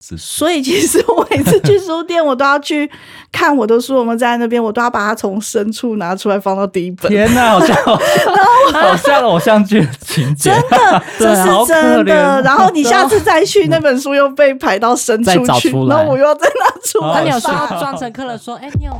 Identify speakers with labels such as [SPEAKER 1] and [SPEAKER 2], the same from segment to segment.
[SPEAKER 1] 是
[SPEAKER 2] 所以其实我每次去书店，我都要去看我的书，我们在那边，我都要把它从深处拿出来放到第一本。
[SPEAKER 1] 天哪，好像好像偶像剧的情节
[SPEAKER 2] 真，的，
[SPEAKER 1] 对啊
[SPEAKER 2] 这
[SPEAKER 1] 好
[SPEAKER 2] 是
[SPEAKER 1] 可
[SPEAKER 2] 真的。
[SPEAKER 1] 怜哦嗯
[SPEAKER 2] 然后你下次再去，那本书又被排到深处
[SPEAKER 1] 再找
[SPEAKER 2] 去，
[SPEAKER 1] 出来哦
[SPEAKER 2] 然后我又要再拿出
[SPEAKER 1] 好
[SPEAKER 3] 哦
[SPEAKER 2] 来。
[SPEAKER 1] 好
[SPEAKER 4] 那你有时
[SPEAKER 3] 啊
[SPEAKER 1] 笑
[SPEAKER 4] 候装乘客人说：“哎、你有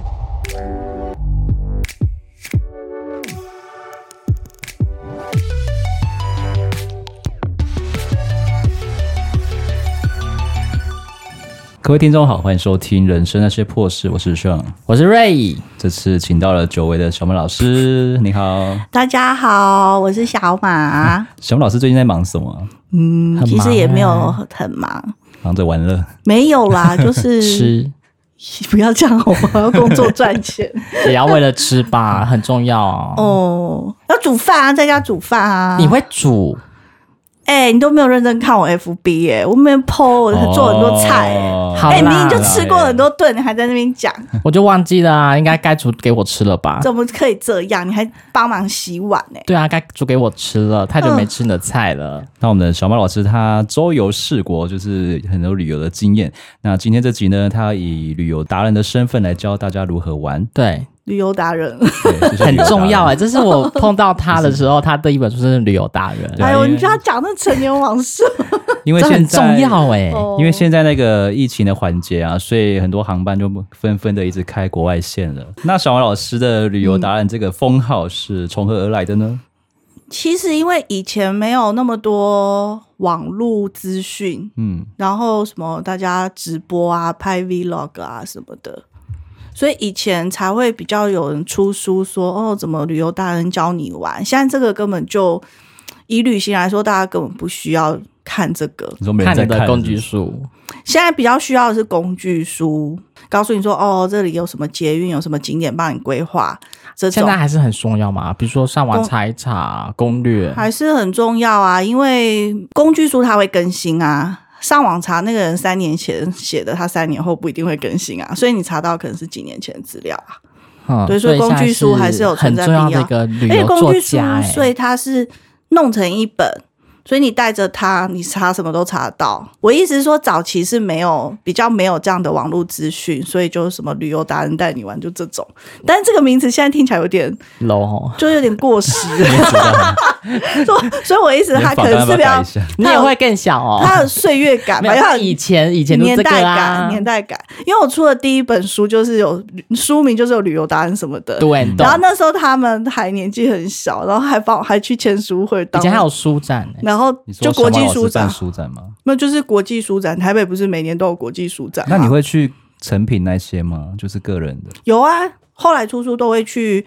[SPEAKER 1] 各位听众好，欢迎收听《人生那些破事》，我是 Sean，
[SPEAKER 3] 我是瑞，
[SPEAKER 1] 这次请到了久违的小马老师，你好，
[SPEAKER 2] 大家好，我是小 马。
[SPEAKER 1] 小马老师最近在忙什么啊？
[SPEAKER 2] 嗯，
[SPEAKER 3] 很
[SPEAKER 2] 其
[SPEAKER 3] 忙
[SPEAKER 2] 实也没有
[SPEAKER 3] 啊
[SPEAKER 2] 很忙，
[SPEAKER 1] 忙着玩乐，
[SPEAKER 2] 没有 啦，就是
[SPEAKER 3] 吃
[SPEAKER 2] 不要这样好吗？要工作赚 钱
[SPEAKER 3] 也要为了吃 吧，很重要哦。
[SPEAKER 2] 哦，要煮饭啊，在家煮饭啊。
[SPEAKER 3] 你会煮
[SPEAKER 2] 哎、你都没有认真看我 FB 哎、我没有 PO，我做很多菜哎、
[SPEAKER 1] 哦
[SPEAKER 3] 好
[SPEAKER 2] 哎、你明
[SPEAKER 3] 啦
[SPEAKER 2] 明就，吃过很多顿，你还在那边讲，
[SPEAKER 3] 我就忘记 了啊，应该该煮给我吃了吧？
[SPEAKER 2] 怎么可以这样？你还帮忙洗碗哎、
[SPEAKER 3] 对啊，该煮给我吃了，太久没吃你的菜了。
[SPEAKER 1] 那我们的小马老师他周游四国，就是很多旅游的经验。那今天这集呢，他以旅游达人的身份来教大家如何玩，
[SPEAKER 3] 对，
[SPEAKER 2] 旅游达人，
[SPEAKER 1] 对就是
[SPEAKER 2] 嗯
[SPEAKER 3] 很
[SPEAKER 1] 旅游达人
[SPEAKER 3] 重
[SPEAKER 2] 啊
[SPEAKER 3] 要哎、这是我碰到他的时候，他的一本书是旅游达人，
[SPEAKER 1] 对啊
[SPEAKER 2] 哎呦，
[SPEAKER 1] 因为
[SPEAKER 2] 你不要讲那陈年往事
[SPEAKER 1] 因为
[SPEAKER 3] 这
[SPEAKER 1] 现
[SPEAKER 3] 很
[SPEAKER 1] 在
[SPEAKER 3] 重要哎、
[SPEAKER 2] 哦。
[SPEAKER 1] 因为现在那个疫情的环节啊，所以很多航班就纷纷的一直开国外线了。那小王老师的旅游达人这个封号是从何而来的呢？
[SPEAKER 2] 其实因为以前没有那么多网络资讯，
[SPEAKER 1] 嗯，
[SPEAKER 2] 然后什么大家直播啊、拍 vlog 啊什么的，所以以前才会比较有人出书说哦，怎么旅游达人教你玩。现在这个根本就以旅行来说，大家根本不需要看这个。
[SPEAKER 1] 你说没人
[SPEAKER 3] 看
[SPEAKER 1] 在
[SPEAKER 3] 你
[SPEAKER 1] 看
[SPEAKER 3] 的工
[SPEAKER 1] 是
[SPEAKER 3] 具
[SPEAKER 1] 不是
[SPEAKER 3] 书，
[SPEAKER 2] 现在比较需要的是工具书，告诉你说哦，这里有什么捷运，有什么景点帮你规划，这
[SPEAKER 3] 现
[SPEAKER 2] 种
[SPEAKER 3] 在还是很重要嘛？比如说上网
[SPEAKER 2] 攻
[SPEAKER 3] 查一查攻略，
[SPEAKER 2] 还是很重要啊，因为工具书它会更新啊。上网查那个人三年前写的，他三年后不一定会更新啊，所以你查到可能是几年前的资料啊。
[SPEAKER 3] 嗯
[SPEAKER 2] 对所以工具书还是有存
[SPEAKER 3] 很
[SPEAKER 2] 在
[SPEAKER 3] 重要
[SPEAKER 2] 必要
[SPEAKER 3] 的一个旅
[SPEAKER 2] 而且
[SPEAKER 3] 游
[SPEAKER 2] 工
[SPEAKER 3] 作
[SPEAKER 2] 具书
[SPEAKER 3] 家哎、，
[SPEAKER 2] 所以它是弄成一本，所以你带着它，你查什么都查得到。我意思是说，早期是没有比较没有这样的网络资讯，所以就是什么旅游达人带你玩，就这种。
[SPEAKER 3] 嗯
[SPEAKER 2] 但是这个名词现在听起来有点，
[SPEAKER 3] low 哦
[SPEAKER 2] 就有点过时。 所以所以我意思，
[SPEAKER 1] 你的
[SPEAKER 2] 它
[SPEAKER 1] 访
[SPEAKER 2] 可能
[SPEAKER 1] 谈要
[SPEAKER 2] 是
[SPEAKER 1] 不要
[SPEAKER 2] 比
[SPEAKER 1] 改
[SPEAKER 2] 较
[SPEAKER 1] 一下？
[SPEAKER 3] 你也会更小哦。
[SPEAKER 2] 它有岁月感
[SPEAKER 3] 没
[SPEAKER 2] 吧，
[SPEAKER 3] 有，
[SPEAKER 2] 因为它
[SPEAKER 3] 他以前以前都
[SPEAKER 2] 年
[SPEAKER 3] 这个
[SPEAKER 2] 代
[SPEAKER 3] 啊
[SPEAKER 2] 感，，年代感。因为我出的第一本书就是有书名就是有旅游答案什么的，
[SPEAKER 3] 对，你懂
[SPEAKER 2] 然后那时候他们还年纪很小，然后还帮我还去签书会
[SPEAKER 3] 以
[SPEAKER 2] 当，
[SPEAKER 3] 前还有书展欸
[SPEAKER 2] 然后
[SPEAKER 1] 你
[SPEAKER 2] 就
[SPEAKER 1] 说
[SPEAKER 2] 国
[SPEAKER 1] 小
[SPEAKER 2] 际
[SPEAKER 1] 王老师
[SPEAKER 2] 书
[SPEAKER 1] 办
[SPEAKER 2] 展，
[SPEAKER 1] 书展吗？
[SPEAKER 2] 那就是国际书展，台北不是每年都有国际书展吗？
[SPEAKER 1] 那你会去成品那些吗？就是个人的，
[SPEAKER 2] 有啊？后来出书都会去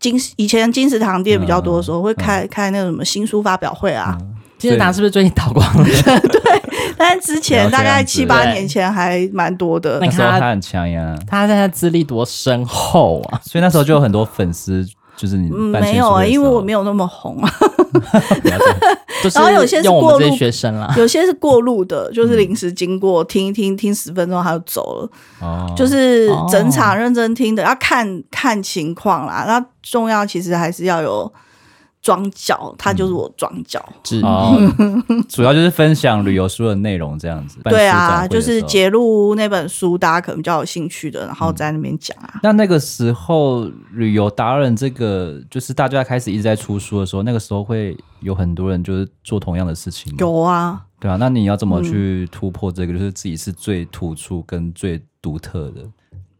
[SPEAKER 2] 金以前金石堂店比较多的时候，会开、
[SPEAKER 1] 嗯
[SPEAKER 2] 开那个什么新书发表会啊，
[SPEAKER 3] 金字塔是不是最近倒光了？
[SPEAKER 2] 但是之
[SPEAKER 1] 不
[SPEAKER 2] 前
[SPEAKER 1] 要这
[SPEAKER 2] 大概
[SPEAKER 1] 样子
[SPEAKER 2] 七八
[SPEAKER 3] 对
[SPEAKER 2] 年前还蛮多的
[SPEAKER 3] 那
[SPEAKER 1] 啊那
[SPEAKER 3] 你。
[SPEAKER 1] 时候
[SPEAKER 3] 看
[SPEAKER 1] 他
[SPEAKER 3] 他，
[SPEAKER 1] 很强呀，
[SPEAKER 3] 他现在资历多深厚啊！
[SPEAKER 1] 所以那时候就有很多粉丝，就是你
[SPEAKER 2] 嗯，
[SPEAKER 1] 办
[SPEAKER 2] 没有啊、
[SPEAKER 1] 啊，
[SPEAKER 2] 因为我没
[SPEAKER 1] 有。
[SPEAKER 2] 有那么红啊。
[SPEAKER 1] 不要这样
[SPEAKER 3] 就是
[SPEAKER 2] 然后有些是
[SPEAKER 3] 用我
[SPEAKER 2] 过
[SPEAKER 3] 们这
[SPEAKER 2] 路
[SPEAKER 3] 些学生啦，
[SPEAKER 2] 有些是过路的，
[SPEAKER 1] 嗯
[SPEAKER 2] 就是临时经过，听一听，听十分钟他就走了，
[SPEAKER 1] 哦，
[SPEAKER 2] 就是
[SPEAKER 3] 哦
[SPEAKER 2] 整场认真听的，要看看情况啦。那重要其实还是要有装脚，他就是
[SPEAKER 1] 嗯
[SPEAKER 2] 我装脚。
[SPEAKER 3] 只
[SPEAKER 1] 哦，主要就是分享旅游书的内容这样子。办
[SPEAKER 2] 对
[SPEAKER 1] 书展
[SPEAKER 2] 啊，
[SPEAKER 1] 会
[SPEAKER 2] 就
[SPEAKER 1] 的时
[SPEAKER 2] 是
[SPEAKER 1] 候
[SPEAKER 2] 节录那本书，大家可能比较有兴趣的，然后在那边讲啊。
[SPEAKER 1] 那那个时候，旅游达人这个就是大家开始一直在出书的时候，那个时候会有很多人就是做同样的事情吗，
[SPEAKER 2] 有嗯啊，
[SPEAKER 1] 对啊。那你要怎么去突破这个？就是自己是最突出跟最独特的，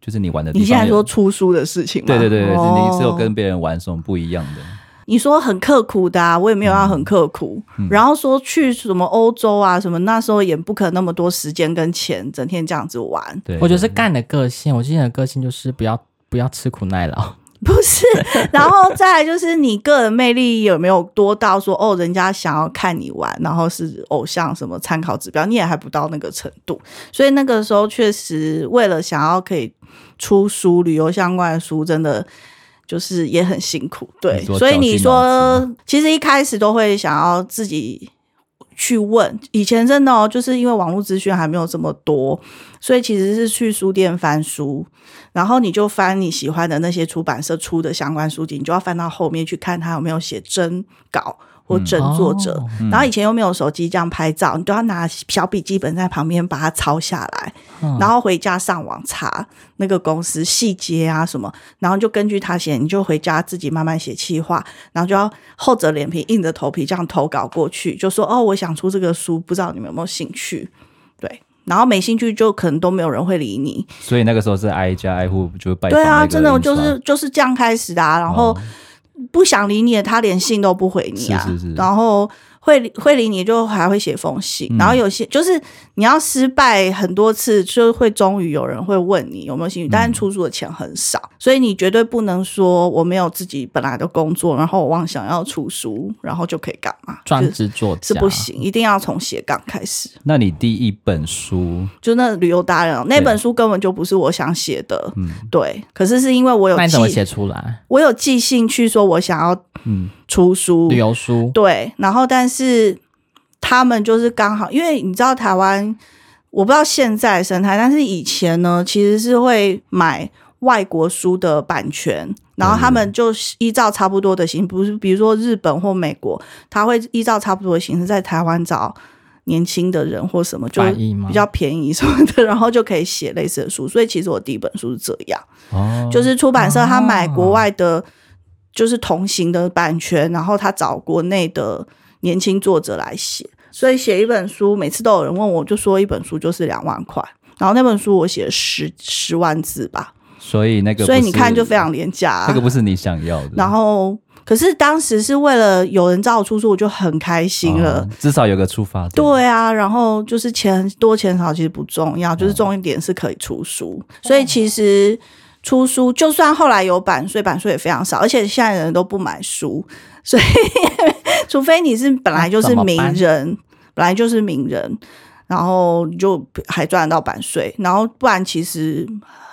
[SPEAKER 1] 就是你玩的地
[SPEAKER 2] 你
[SPEAKER 1] 方有。
[SPEAKER 2] 现在说出书的事情吗？
[SPEAKER 1] 对对对，对
[SPEAKER 2] 哦
[SPEAKER 1] 你是有跟别人玩什么不一样的？
[SPEAKER 2] 你说很刻苦的、啊，我也没有
[SPEAKER 1] 嗯
[SPEAKER 2] 要很刻苦。然后说去什么欧洲啊，什么那时候也不可能那么多时间跟钱，整天这样子玩。
[SPEAKER 1] 对，
[SPEAKER 3] 我觉得是干的个性。我之前的个性就是不要不要吃苦耐劳，
[SPEAKER 2] 不 是，然后再来就是你个人魅力有没有多到说哦，人家想要看你玩，然后是偶像什么参考指标，你也还不到那个程度。所以那个时候确实为了想要可以出书，旅游相关的书，真的就是也很辛苦。对
[SPEAKER 1] 你，说
[SPEAKER 2] 所以
[SPEAKER 1] 绞
[SPEAKER 2] 你
[SPEAKER 1] 尽脑
[SPEAKER 2] 说，其实一开始都会想要自己。去问以前真的哦，就是因为网络资讯还没有这么多，所以其实是去书店翻书，然后你就翻你喜欢的那些出版社出的相关书籍，你就要翻到后面去看它有没有写征稿，或正坐着。
[SPEAKER 3] 哦
[SPEAKER 2] 然后以前又没有手机这样拍照，你都要拿小笔记本在旁边把它抄下来，
[SPEAKER 3] 嗯
[SPEAKER 2] 然后回家上网查那个公司细节啊什么，然后就根据他写，你就回家自己慢慢写企划，然后就要厚着脸皮、硬着头皮这样投稿过去，就说哦，我想出这个书，不知道你们有没有兴趣？对，然后没兴趣就可能都没有人会理你，
[SPEAKER 1] 所以那个时候是挨家挨户就拜访
[SPEAKER 2] 对
[SPEAKER 1] 那
[SPEAKER 2] 啊，
[SPEAKER 1] 个
[SPEAKER 2] 真的
[SPEAKER 1] 印
[SPEAKER 2] 就
[SPEAKER 1] 刷
[SPEAKER 2] 是就是这样开始的、啊，然后
[SPEAKER 1] 哦
[SPEAKER 2] 不想理你，他连信都不回你啊，
[SPEAKER 1] 是是是
[SPEAKER 2] 然后会理会理你就还会写封信，然后
[SPEAKER 1] 嗯
[SPEAKER 2] 有些就是你要失败很多次，就会终于有人会问你有没有兴趣，
[SPEAKER 1] 嗯
[SPEAKER 2] 但是出书的钱很少，所以你绝对不能说我没有自己本来的工作，然后我妄想要出书，然后就可以干嘛，
[SPEAKER 3] 专
[SPEAKER 2] 就是
[SPEAKER 3] 职作
[SPEAKER 2] 是
[SPEAKER 3] 家
[SPEAKER 2] 不，行，一定要从斜杠开始。
[SPEAKER 1] 那你第一本书，
[SPEAKER 2] 就那旅游达人哦那本书根本就不是我想写的，
[SPEAKER 1] 嗯
[SPEAKER 2] 对。可是是因为我有
[SPEAKER 3] 那你怎么
[SPEAKER 2] 记
[SPEAKER 3] 写出来？
[SPEAKER 2] 我有寄信去说我想要
[SPEAKER 1] 嗯，
[SPEAKER 2] 出书，
[SPEAKER 3] 旅游书
[SPEAKER 2] 对，然后但是他们就是刚好，因为你知道台湾，我不知道现在的生态，但是以前呢，其实是会买外国书的版权，然后他们就是依照差不多的形，不是比如说日本或美国，他会依照差不多的形式在台湾找。年轻的人或什么就
[SPEAKER 3] 翻译吗
[SPEAKER 2] 比较便宜什么的， 然后就可以写类似的书，所以其实我第一本书是这样。
[SPEAKER 1] 哦，
[SPEAKER 2] 就是出版社他买国外的，就是同行的版权，然后他找国内的年轻作者来写，所以写一本书，每次都有人问我，就说一本书就是两万块。然后那本书我写了十十万字吧，
[SPEAKER 1] 所以那个不
[SPEAKER 2] 所以你
[SPEAKER 1] 是
[SPEAKER 2] 看就非常廉价、啊。
[SPEAKER 1] 那个不是你想要的，
[SPEAKER 2] 然后，可是当时是为了有人找我出书，我就很开心了。
[SPEAKER 1] 哦至少有个出发点，，
[SPEAKER 2] 对啊，然后就是钱多钱少其实不重
[SPEAKER 3] 嗯
[SPEAKER 2] 要，就是重点是可以出书，
[SPEAKER 3] 哦
[SPEAKER 2] 所以其实出书就算后来有版税，版税也非常少，而且现在人都不买书， 所以除非你是本来就是
[SPEAKER 3] 啊那怎么
[SPEAKER 2] 名
[SPEAKER 3] 办
[SPEAKER 2] 人，本来就是名人，然后你就还赚得到版税，然后不然其实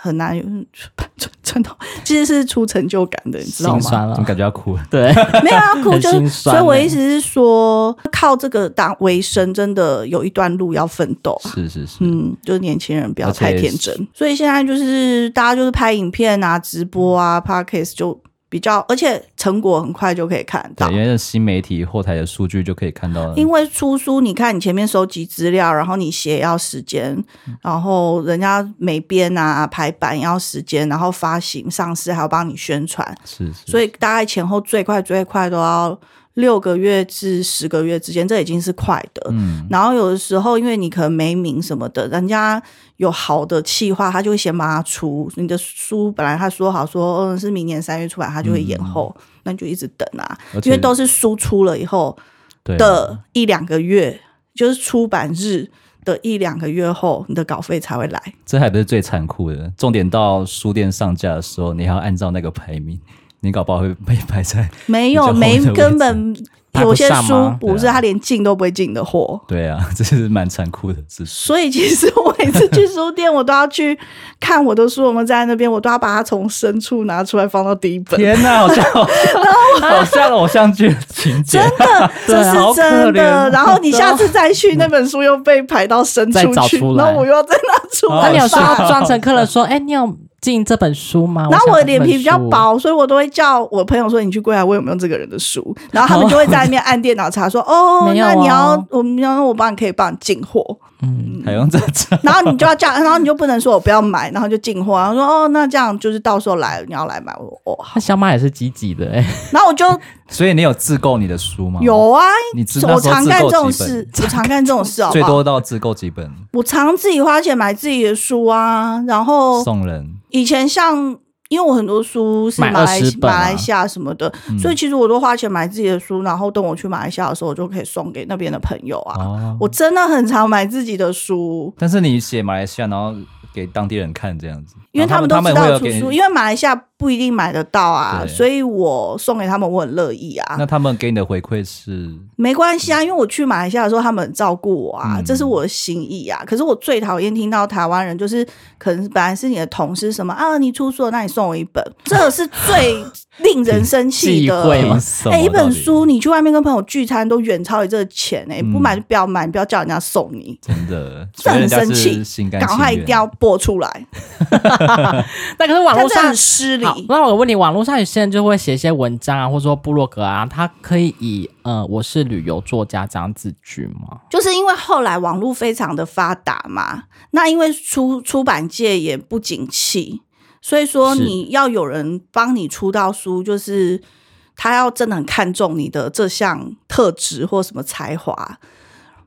[SPEAKER 2] 很难有 赚赚到，其实是出成就感的，你知道
[SPEAKER 3] 心
[SPEAKER 2] 吗？
[SPEAKER 3] 酸了
[SPEAKER 1] 么，感觉要哭了？
[SPEAKER 3] 对，
[SPEAKER 2] 没有要哭，
[SPEAKER 3] 很
[SPEAKER 2] 就是
[SPEAKER 3] 心酸
[SPEAKER 2] 所以，我
[SPEAKER 3] 欸
[SPEAKER 2] 意思是说，靠这个当为生，真的有一段路要奋斗啊。
[SPEAKER 1] 是是是，
[SPEAKER 2] 嗯，就是年轻人不要
[SPEAKER 1] 而且
[SPEAKER 2] 太天真。所以现在就是大家就是拍影片啊、直播啊、podcast 就比较，而且成果很快就可以看到
[SPEAKER 1] 对，因。为那新媒体后台的数据就可以看到，
[SPEAKER 2] 因为出书，你看你前面收集资料，然后你写也要时间，
[SPEAKER 3] 嗯
[SPEAKER 2] 然后人家美编啊、排版也要时间，然后发行、上市还要帮你宣传，
[SPEAKER 1] 是是，
[SPEAKER 2] 所以大概前后最快最快都要六个月至十个月之间，这已经是快的。
[SPEAKER 1] 嗯，
[SPEAKER 2] 然后有的时候，因为你可能没名什么的，人家有好的企划，他就会先帮他出你的书。本来他说好说，嗯，是明年三月出版，他就会延后，那你就一直等啊，
[SPEAKER 1] 嗯而且
[SPEAKER 2] 因为都是书出了以后
[SPEAKER 1] 对啊
[SPEAKER 2] 的一两个月，就是出版日的一两个月后，你的稿费才会来。
[SPEAKER 1] 这还不是最残酷的，重点到书店上架的时候，你还要按照那个排名，你搞不好会被 排在
[SPEAKER 2] 没
[SPEAKER 1] 比
[SPEAKER 2] 有，
[SPEAKER 1] 较后
[SPEAKER 2] 没
[SPEAKER 1] 面的位置
[SPEAKER 2] 根本
[SPEAKER 3] 排
[SPEAKER 2] 有
[SPEAKER 3] 不
[SPEAKER 2] 些
[SPEAKER 3] 上
[SPEAKER 2] 书
[SPEAKER 3] 吗
[SPEAKER 2] 不是
[SPEAKER 1] 对啊
[SPEAKER 2] 他连进都不会进的货。
[SPEAKER 1] 对啊，这是蛮残酷的事情。
[SPEAKER 2] 所以其实我每次去书店，我都要去看我的书，我们在那边，我都要把它从深处拿出来放到第一本。
[SPEAKER 1] 天哪，好像好像偶像剧的情节，
[SPEAKER 2] 这
[SPEAKER 3] 对啊好
[SPEAKER 2] 是
[SPEAKER 3] 可
[SPEAKER 2] 真的。
[SPEAKER 3] 怜
[SPEAKER 2] 然后你下次再去，那本书又被排到深
[SPEAKER 3] 再
[SPEAKER 2] 处
[SPEAKER 3] 找
[SPEAKER 2] 去，
[SPEAKER 3] 出来啊
[SPEAKER 2] 然后我又要再拿出
[SPEAKER 1] 哦
[SPEAKER 3] 那
[SPEAKER 2] 来
[SPEAKER 3] 你有时候
[SPEAKER 2] 放。
[SPEAKER 3] 装成客人说：“哎、你有进这本书吗？”
[SPEAKER 2] 然后
[SPEAKER 3] 想
[SPEAKER 2] 我
[SPEAKER 3] 看
[SPEAKER 2] 的脸
[SPEAKER 3] 这本
[SPEAKER 2] 皮比较
[SPEAKER 3] 书，
[SPEAKER 2] 薄，所以我都会叫我朋友说：“你去柜台问有没有这个人的书。”然后他们就会在那边按电脑查，说：“哦，
[SPEAKER 3] 没有
[SPEAKER 2] 那
[SPEAKER 3] 哦
[SPEAKER 2] 你要我们要我帮你可以帮你进货。”
[SPEAKER 3] 嗯，
[SPEAKER 1] 还用这 招？
[SPEAKER 2] 然后你就要这样，然后你就不能说我不要买，然后就进货，然后说哦，那这样就是到时候来你要来买，我说哦好，
[SPEAKER 3] 那小马也是积极的、哎，
[SPEAKER 2] 然后我就
[SPEAKER 1] 所以你有自购你的书吗？，
[SPEAKER 2] 有啊，
[SPEAKER 1] 你自
[SPEAKER 2] 我
[SPEAKER 1] 那时候
[SPEAKER 2] 常
[SPEAKER 1] 自
[SPEAKER 2] 干这
[SPEAKER 1] 购
[SPEAKER 2] 种
[SPEAKER 1] 几本
[SPEAKER 2] 事，，我常干这种事，好
[SPEAKER 1] 最
[SPEAKER 2] 不好？
[SPEAKER 1] 多到自购几本
[SPEAKER 2] 我常自己花钱买自己的书啊，然后
[SPEAKER 1] 送人。
[SPEAKER 2] 以前像。因为我很多书是
[SPEAKER 3] 买
[SPEAKER 2] 马来
[SPEAKER 3] 20本啊
[SPEAKER 2] 马来西亚什么的，
[SPEAKER 1] 嗯
[SPEAKER 2] 所以其实我都花钱买自己的书，然后等我去马来西亚的时候，我就可以送给那边的朋友啊。
[SPEAKER 1] 哦，
[SPEAKER 2] 我真的很常买自己的书，
[SPEAKER 1] 但是你写马来西亚，然后给当地人看这样子，
[SPEAKER 2] 因为
[SPEAKER 1] 然
[SPEAKER 2] 他
[SPEAKER 1] 后
[SPEAKER 2] 们
[SPEAKER 1] 他
[SPEAKER 2] 都
[SPEAKER 1] 们
[SPEAKER 2] 知
[SPEAKER 1] 会
[SPEAKER 2] 道
[SPEAKER 1] 有
[SPEAKER 2] 出
[SPEAKER 1] 给
[SPEAKER 2] 书，
[SPEAKER 1] 你，
[SPEAKER 2] 因为马来西亚不一定买得到啊，
[SPEAKER 1] 对
[SPEAKER 2] 所以我送给他们，我很乐意啊，
[SPEAKER 1] 那他们给你的回馈是
[SPEAKER 2] 没关系啊，因为我去马来西亚的时候，他们很照顾我啊，
[SPEAKER 1] 嗯
[SPEAKER 2] 这是我的心意啊。可是我最讨厌听到台湾人就是，可能本来是你的同事什么啊，你出书了，那你送我一本，这是 最令人生气的
[SPEAKER 3] 忌。讳
[SPEAKER 1] 凭
[SPEAKER 3] 吗
[SPEAKER 1] 什么
[SPEAKER 2] 哎、一
[SPEAKER 1] 到
[SPEAKER 2] 本
[SPEAKER 1] 底
[SPEAKER 2] 书你去外面跟朋友聚餐都远超你这个钱哎、不
[SPEAKER 1] 嗯
[SPEAKER 2] 买就不要买，你不要叫人家送你，
[SPEAKER 1] 真的，
[SPEAKER 2] 这很
[SPEAKER 1] 人家
[SPEAKER 2] 生气
[SPEAKER 1] 是心甘
[SPEAKER 2] 赶
[SPEAKER 1] 情
[SPEAKER 2] 快一
[SPEAKER 1] 愿
[SPEAKER 2] 定要播出来，
[SPEAKER 3] 那可是网
[SPEAKER 2] 但
[SPEAKER 3] 络
[SPEAKER 2] 这
[SPEAKER 3] 上
[SPEAKER 2] 很失礼
[SPEAKER 3] 好，那我问你，网络上有些人就会写一些文章啊，或者说部落格啊，他可以以呃我是旅游作家这样自居吗？
[SPEAKER 2] 就是因为后来网络非常的发达嘛，那因为出出版界也不景气，所以说
[SPEAKER 1] 是
[SPEAKER 2] 你要有人帮你出到书，就是他要真的很看重你的这项特质或什么才华，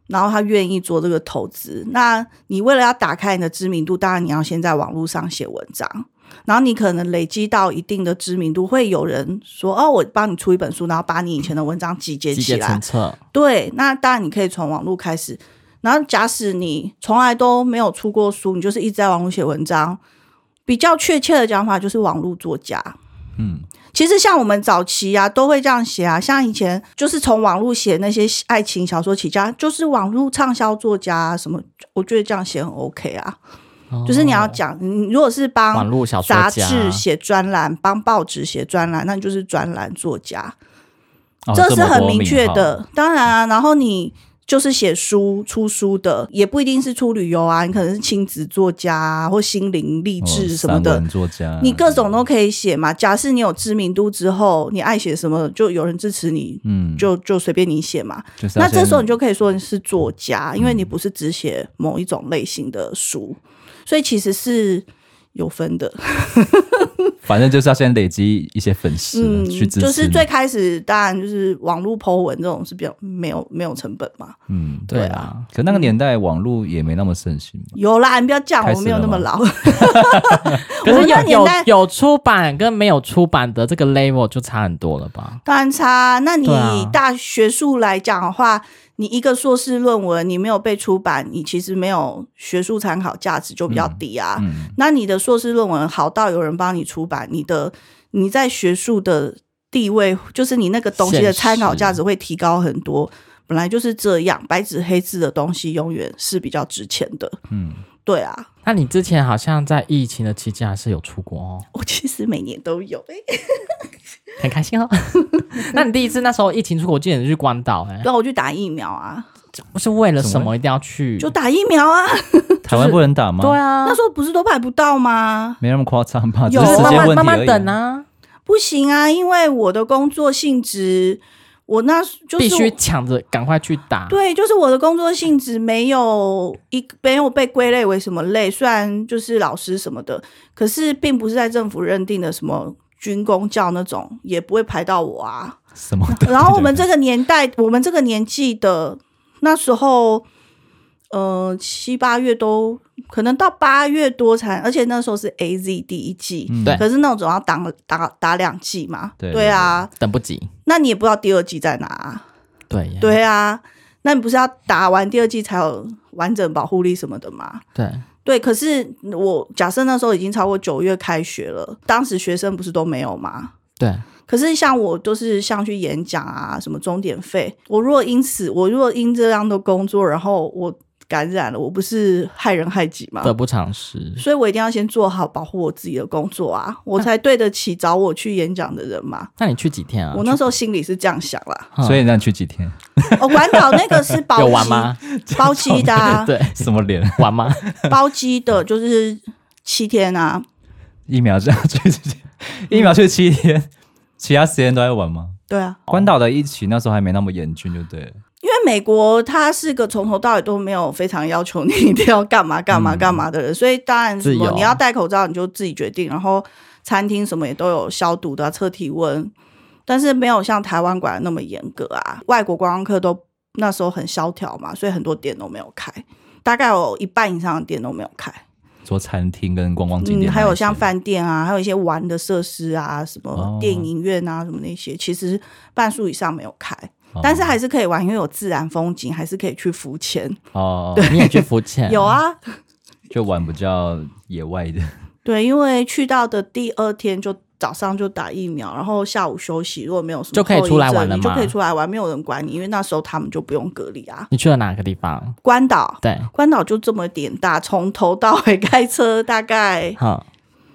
[SPEAKER 2] 然后他愿意做这个投资。那你为了要打开你的知名度，当然你要先在网络上写文章。然后你可能累积到一定的知名度，会有人说：“哦，我帮你出一本书，然后把你以前的文章集结
[SPEAKER 3] 集
[SPEAKER 2] 起
[SPEAKER 3] 结
[SPEAKER 2] 来。”
[SPEAKER 3] 成册，
[SPEAKER 2] 对，那当然你可以从网络开始。然后，假使你从来都没有出过书，你就是一直在网络写文章，比较确切的讲法就是网络作家。
[SPEAKER 1] 嗯，
[SPEAKER 2] 其实像我们早期啊，都会这样写啊，像以前就是从网络写那些爱情小说起家，就是网络畅销作家、啊、什么，我觉得这样写很 OK 啊。就是你要
[SPEAKER 3] 哦
[SPEAKER 2] 讲，你如果是帮
[SPEAKER 3] 网络小说
[SPEAKER 2] 杂
[SPEAKER 3] 家
[SPEAKER 2] 志写专栏，帮报纸写专栏，那你就是专栏作家。
[SPEAKER 1] 哦
[SPEAKER 2] 这是
[SPEAKER 1] 么
[SPEAKER 2] 很
[SPEAKER 1] 多
[SPEAKER 2] 明
[SPEAKER 1] 名
[SPEAKER 2] 确
[SPEAKER 1] 号
[SPEAKER 2] 的。当然啊，然后你就是写书、出书的，也不一定是出旅游啊，你可能是亲子作家、啊、或心灵励
[SPEAKER 1] 哦
[SPEAKER 2] 志什么
[SPEAKER 1] 散
[SPEAKER 2] 的，
[SPEAKER 1] 文啊作家，
[SPEAKER 2] 你各种都可以写嘛。假设你有知名度之后，你爱写什么，就有人支持你，
[SPEAKER 1] 嗯，
[SPEAKER 2] 就就随便你写嘛。
[SPEAKER 1] 就是要
[SPEAKER 2] 那这时候你
[SPEAKER 1] 先
[SPEAKER 2] 就可以说你是作家，因为你不是只写某一种类型的书，所以其实是有分的。
[SPEAKER 1] 啊反正就是要先累积一些粉丝、
[SPEAKER 2] 嗯，
[SPEAKER 1] 去支持你，
[SPEAKER 2] 就是最开始当然就是网络 Po 文这种是比较没有没有成本嘛。
[SPEAKER 1] 嗯，对。
[SPEAKER 3] 对
[SPEAKER 2] 对啊
[SPEAKER 3] 啊。
[SPEAKER 1] 可那个年代网络也没那么盛行吧，
[SPEAKER 2] 有啦，你不要这样，
[SPEAKER 1] 开
[SPEAKER 2] 我
[SPEAKER 1] 始
[SPEAKER 2] 没有那么老。
[SPEAKER 3] 可
[SPEAKER 2] 我
[SPEAKER 3] 是
[SPEAKER 2] 们那
[SPEAKER 3] 有
[SPEAKER 2] 年
[SPEAKER 3] 有
[SPEAKER 2] 代
[SPEAKER 3] 有出版跟没有出版的这个 level 就差很多了吧？
[SPEAKER 2] 当然差。那你
[SPEAKER 3] 对啊
[SPEAKER 2] 以大学术来讲的话，你一个硕士论文你没有被出版，你其实没有学术参考价值就比较低啊。
[SPEAKER 1] 嗯，
[SPEAKER 2] 那你的硕士论文好到有人帮你出版，你的你在学术的地位，就是你那个东西的
[SPEAKER 3] 现实
[SPEAKER 2] 参考价值会提高很多。本来就是这样，白纸黑字的东西永远是比较值钱的。
[SPEAKER 1] 嗯，
[SPEAKER 2] 对啊，
[SPEAKER 3] 那你之前好像在疫情的期间还是有出国哦，
[SPEAKER 2] 我其实每年都有、欸。
[SPEAKER 1] 哎
[SPEAKER 3] 很开心哦。 那你第一次那时候疫情出国，我记得你是关岛哎、
[SPEAKER 2] 对啊，我去打疫苗啊，
[SPEAKER 3] 是为了
[SPEAKER 1] 什
[SPEAKER 3] 什
[SPEAKER 1] 么
[SPEAKER 3] 么一定要去？
[SPEAKER 2] 就打疫苗啊。
[SPEAKER 1] 台湾不能打吗？
[SPEAKER 3] 对，啊
[SPEAKER 2] 那，时候不是都排不到吗？
[SPEAKER 1] 没那么夸张吧，只
[SPEAKER 2] 有
[SPEAKER 1] 是时
[SPEAKER 3] 慢
[SPEAKER 1] 间
[SPEAKER 3] 慢
[SPEAKER 1] 问题
[SPEAKER 3] 慢
[SPEAKER 1] 而
[SPEAKER 3] 慢
[SPEAKER 1] 已。
[SPEAKER 3] 等啊，
[SPEAKER 2] 不行啊，因为我的工作性质，我那就是
[SPEAKER 3] 必须啊抢着赶快去打。
[SPEAKER 2] 对，就是我的工作性质没有一没有被归类为什么类，虽然就是老师什么的，可是并不是在政府认定的什么。军工教那种也不会排到我啊。
[SPEAKER 1] 什么？
[SPEAKER 2] 然后我们这个年代，我们这个年纪的那时候，呃，七八月都可能到八月多才，而且那时候是 A Z 第一季，
[SPEAKER 1] 嗯
[SPEAKER 3] 对
[SPEAKER 2] 可是那种总要打打打两季嘛，
[SPEAKER 1] 对
[SPEAKER 2] 啊，
[SPEAKER 3] 等不及。
[SPEAKER 2] 那你也不知道第二季在哪、啊，
[SPEAKER 3] 对耶
[SPEAKER 2] 对啊，那你不是要打完第二季才有完整保护力什么的吗？
[SPEAKER 3] 对，
[SPEAKER 2] 对，可是我假设那时候已经超过九月开学了，当时学生不是都没有吗？
[SPEAKER 3] 对，
[SPEAKER 2] 可是像我都是像去演讲啊，什么钟点费，我如果因此我如果因这样的工作，然后我感染了，我不是害人害己吗？
[SPEAKER 3] 得不偿失。
[SPEAKER 2] 所以我一定要先做好保护我自己的工作啊，我才对得起找我去演讲的人嘛。
[SPEAKER 3] 那你去几天啊？
[SPEAKER 2] 我那时候心里是这样想啦。
[SPEAKER 3] 哼
[SPEAKER 1] 所以那去几 天？
[SPEAKER 2] 哦，关岛那个是 包
[SPEAKER 3] 有
[SPEAKER 2] 机，
[SPEAKER 3] 玩吗？，
[SPEAKER 2] 包机的、啊
[SPEAKER 3] 对，
[SPEAKER 1] 什么脸？
[SPEAKER 3] 玩吗？
[SPEAKER 2] 包机的就是七天啊，
[SPEAKER 1] 疫苗这样去几天？
[SPEAKER 2] 嗯
[SPEAKER 1] 疫苗去七天，其他时间都在玩吗？
[SPEAKER 2] 对啊，
[SPEAKER 1] 关岛的疫情那时候还没那么严峻，就对了。
[SPEAKER 2] 因为美国它是个从头到尾都没有非常要求你一定要干嘛干嘛干嘛的人， 所以当然什
[SPEAKER 3] 嗯自
[SPEAKER 2] 么
[SPEAKER 3] 由
[SPEAKER 2] 你要戴口罩你就自己决定，然后餐厅什么也都有消毒的、啊、测体温，但是没有像台湾管的那么严格啊。外国观光客都那时候很萧条嘛，所以很多店都没有开，大概有一半以上的店都没有开。
[SPEAKER 1] 做餐厅跟观光景点那
[SPEAKER 2] 嗯，
[SPEAKER 1] 一些，
[SPEAKER 2] 还有像饭店啊，还有一些玩的设施啊，什么
[SPEAKER 1] 哦
[SPEAKER 2] 电影院啊，什么那些，其实半数以上没有开，
[SPEAKER 1] 哦，
[SPEAKER 2] 但是还是可以玩，因为有自然风景，还是可以去浮潜。
[SPEAKER 1] 哦，
[SPEAKER 3] 你也去浮潜？
[SPEAKER 2] 有，啊，
[SPEAKER 1] 就玩比较野外的，
[SPEAKER 2] 对，因为去到的第二天就。早上就打疫苗，然后下午休息，如果没有什么
[SPEAKER 3] 就可以
[SPEAKER 2] 后遗
[SPEAKER 3] 出来
[SPEAKER 2] 症
[SPEAKER 3] 玩了
[SPEAKER 2] 你就
[SPEAKER 3] 吗
[SPEAKER 2] 可以出来玩，没有人管你，因为那时候他们就不用隔离啊。
[SPEAKER 3] 你去了哪个地方？
[SPEAKER 2] 关岛，
[SPEAKER 3] 对，
[SPEAKER 2] 关岛就这么点大，从头到尾开车大概
[SPEAKER 3] 好，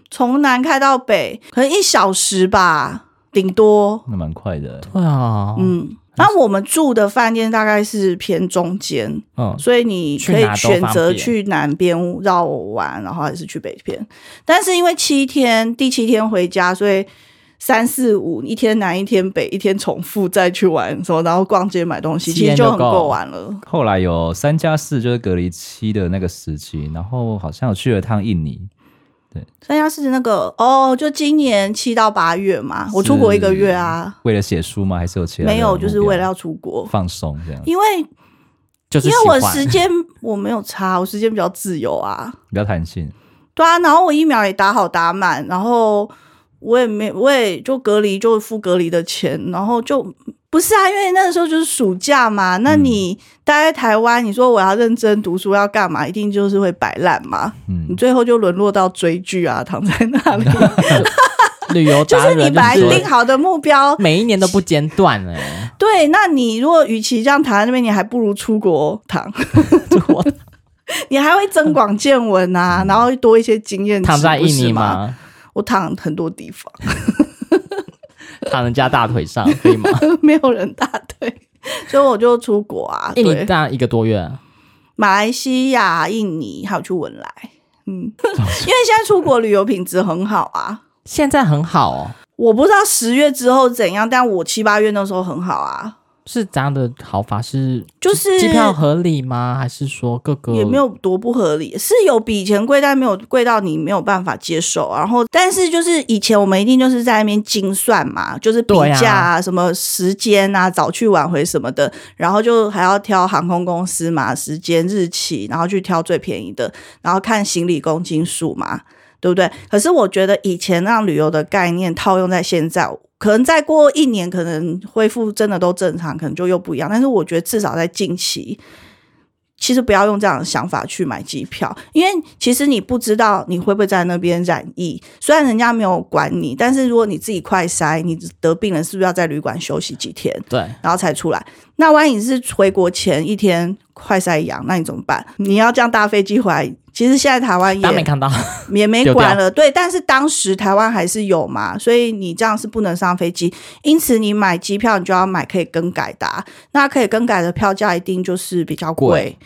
[SPEAKER 2] 从南开到北，可能一小时吧，顶多。
[SPEAKER 1] 那蛮快的。
[SPEAKER 3] 对啊，
[SPEAKER 2] 嗯，那我们住的饭店大概是偏中间，
[SPEAKER 3] 嗯，
[SPEAKER 2] 所以你
[SPEAKER 3] 去
[SPEAKER 2] 可以
[SPEAKER 3] 哪都
[SPEAKER 2] 选
[SPEAKER 3] 方
[SPEAKER 2] 择
[SPEAKER 3] 便
[SPEAKER 2] 去南边绕玩，然后还是去北边。但是因为七天，第七天回家，所以三四五一天南一天北，一天重复再去玩什么，然后逛街买东西，其
[SPEAKER 3] 七
[SPEAKER 2] 实
[SPEAKER 3] 天
[SPEAKER 2] 就
[SPEAKER 3] 就
[SPEAKER 2] 很
[SPEAKER 3] 够
[SPEAKER 2] 够玩了。
[SPEAKER 1] 后来有三加四，就是隔离期的那个时期，然后好像有去了趟印尼，
[SPEAKER 2] 三亚是那个哦，就今年七到八月嘛，我出国一个月啊，
[SPEAKER 1] 为了写书吗？还是有
[SPEAKER 3] 啊
[SPEAKER 1] 其他的
[SPEAKER 2] 没有，
[SPEAKER 1] 目标
[SPEAKER 2] 就是为了要出国，
[SPEAKER 1] 放松这样，
[SPEAKER 2] 因为
[SPEAKER 3] 就是
[SPEAKER 2] 因为
[SPEAKER 3] 喜
[SPEAKER 2] 我
[SPEAKER 3] 欢
[SPEAKER 2] 时间我没有差，我时间比较自由啊。
[SPEAKER 1] 比较弹性。
[SPEAKER 2] 对啊，然后我疫苗也打好打满，然后我也没我也就隔离就付隔离的钱，然后就不是啊，因为那个时候就是暑假嘛，那
[SPEAKER 3] 嗯
[SPEAKER 2] 你待在台湾，你说我要认真读书要干嘛，一定就是会摆烂嘛，你
[SPEAKER 1] 嗯，
[SPEAKER 2] 最后就沦落到追剧啊，躺在那 里，
[SPEAKER 3] 旅游
[SPEAKER 2] 就
[SPEAKER 3] 达
[SPEAKER 2] 是
[SPEAKER 3] 人，
[SPEAKER 2] 你本来定好的目标，
[SPEAKER 3] 每一年都不间断 哎，
[SPEAKER 2] 对，那你如果与其这样躺在那边，你还不如出国 躺。你还会增广见闻啊，然后多一些经验值。
[SPEAKER 3] 嗯躺在
[SPEAKER 2] 不
[SPEAKER 3] 印
[SPEAKER 2] 是
[SPEAKER 3] 尼
[SPEAKER 2] 吗？
[SPEAKER 3] 吗？
[SPEAKER 2] 我躺很多地方，
[SPEAKER 3] 躺人家大腿上可以吗？
[SPEAKER 2] 没有人大腿，所以我就出国啊。
[SPEAKER 3] 印尼
[SPEAKER 2] 对，
[SPEAKER 3] 大概一个多月，啊
[SPEAKER 2] 马来西亚、印尼，还有去文莱。嗯， 因为现在出国旅游品质很好啊。
[SPEAKER 3] 现在很好哦，
[SPEAKER 2] 我不知道十月之后怎样，但我七八月那时候很好啊，
[SPEAKER 3] 是怎样的好法？是
[SPEAKER 2] 就是
[SPEAKER 3] 机票合理吗？还是说各个
[SPEAKER 2] 也没有多不合理，是有比以前贵，但没有贵到你没有办法接受。然后，但是就是以前我们一定就是在那边精算嘛，就是比
[SPEAKER 3] 对啊
[SPEAKER 2] 价啊、什么时间啊、早去晚回什么的，然后就还要挑航空公司嘛、时间、日期，然后去挑最便宜的，然后看行李公斤数嘛，对不对？可是我觉得以前那样旅游的概念套用在现在。可能再过一年，可能恢复真的都正常，可能就又不一样。但是我觉得至少在近期，其实不要用这样的想法去买机票，因为其实你不知道你会不会在那边染疫。虽然人家没有管你，但是如果你自己快筛，你得病了是不是要在旅馆休息几天，
[SPEAKER 3] 对？
[SPEAKER 2] 然后才出来？那万一你是回国前一天快筛阳，那你怎么办？你要这样搭飞机回来？其实现在台湾
[SPEAKER 3] 大家没
[SPEAKER 2] 也
[SPEAKER 3] 看到，
[SPEAKER 2] 也没
[SPEAKER 3] 丢掉
[SPEAKER 2] 管了，对，但是当时台湾还是有嘛，所以你这样是不能上飞机，因此你买机票你就要买可以更改的啊、那可以更改的票价一定就是比较贵
[SPEAKER 3] 贵，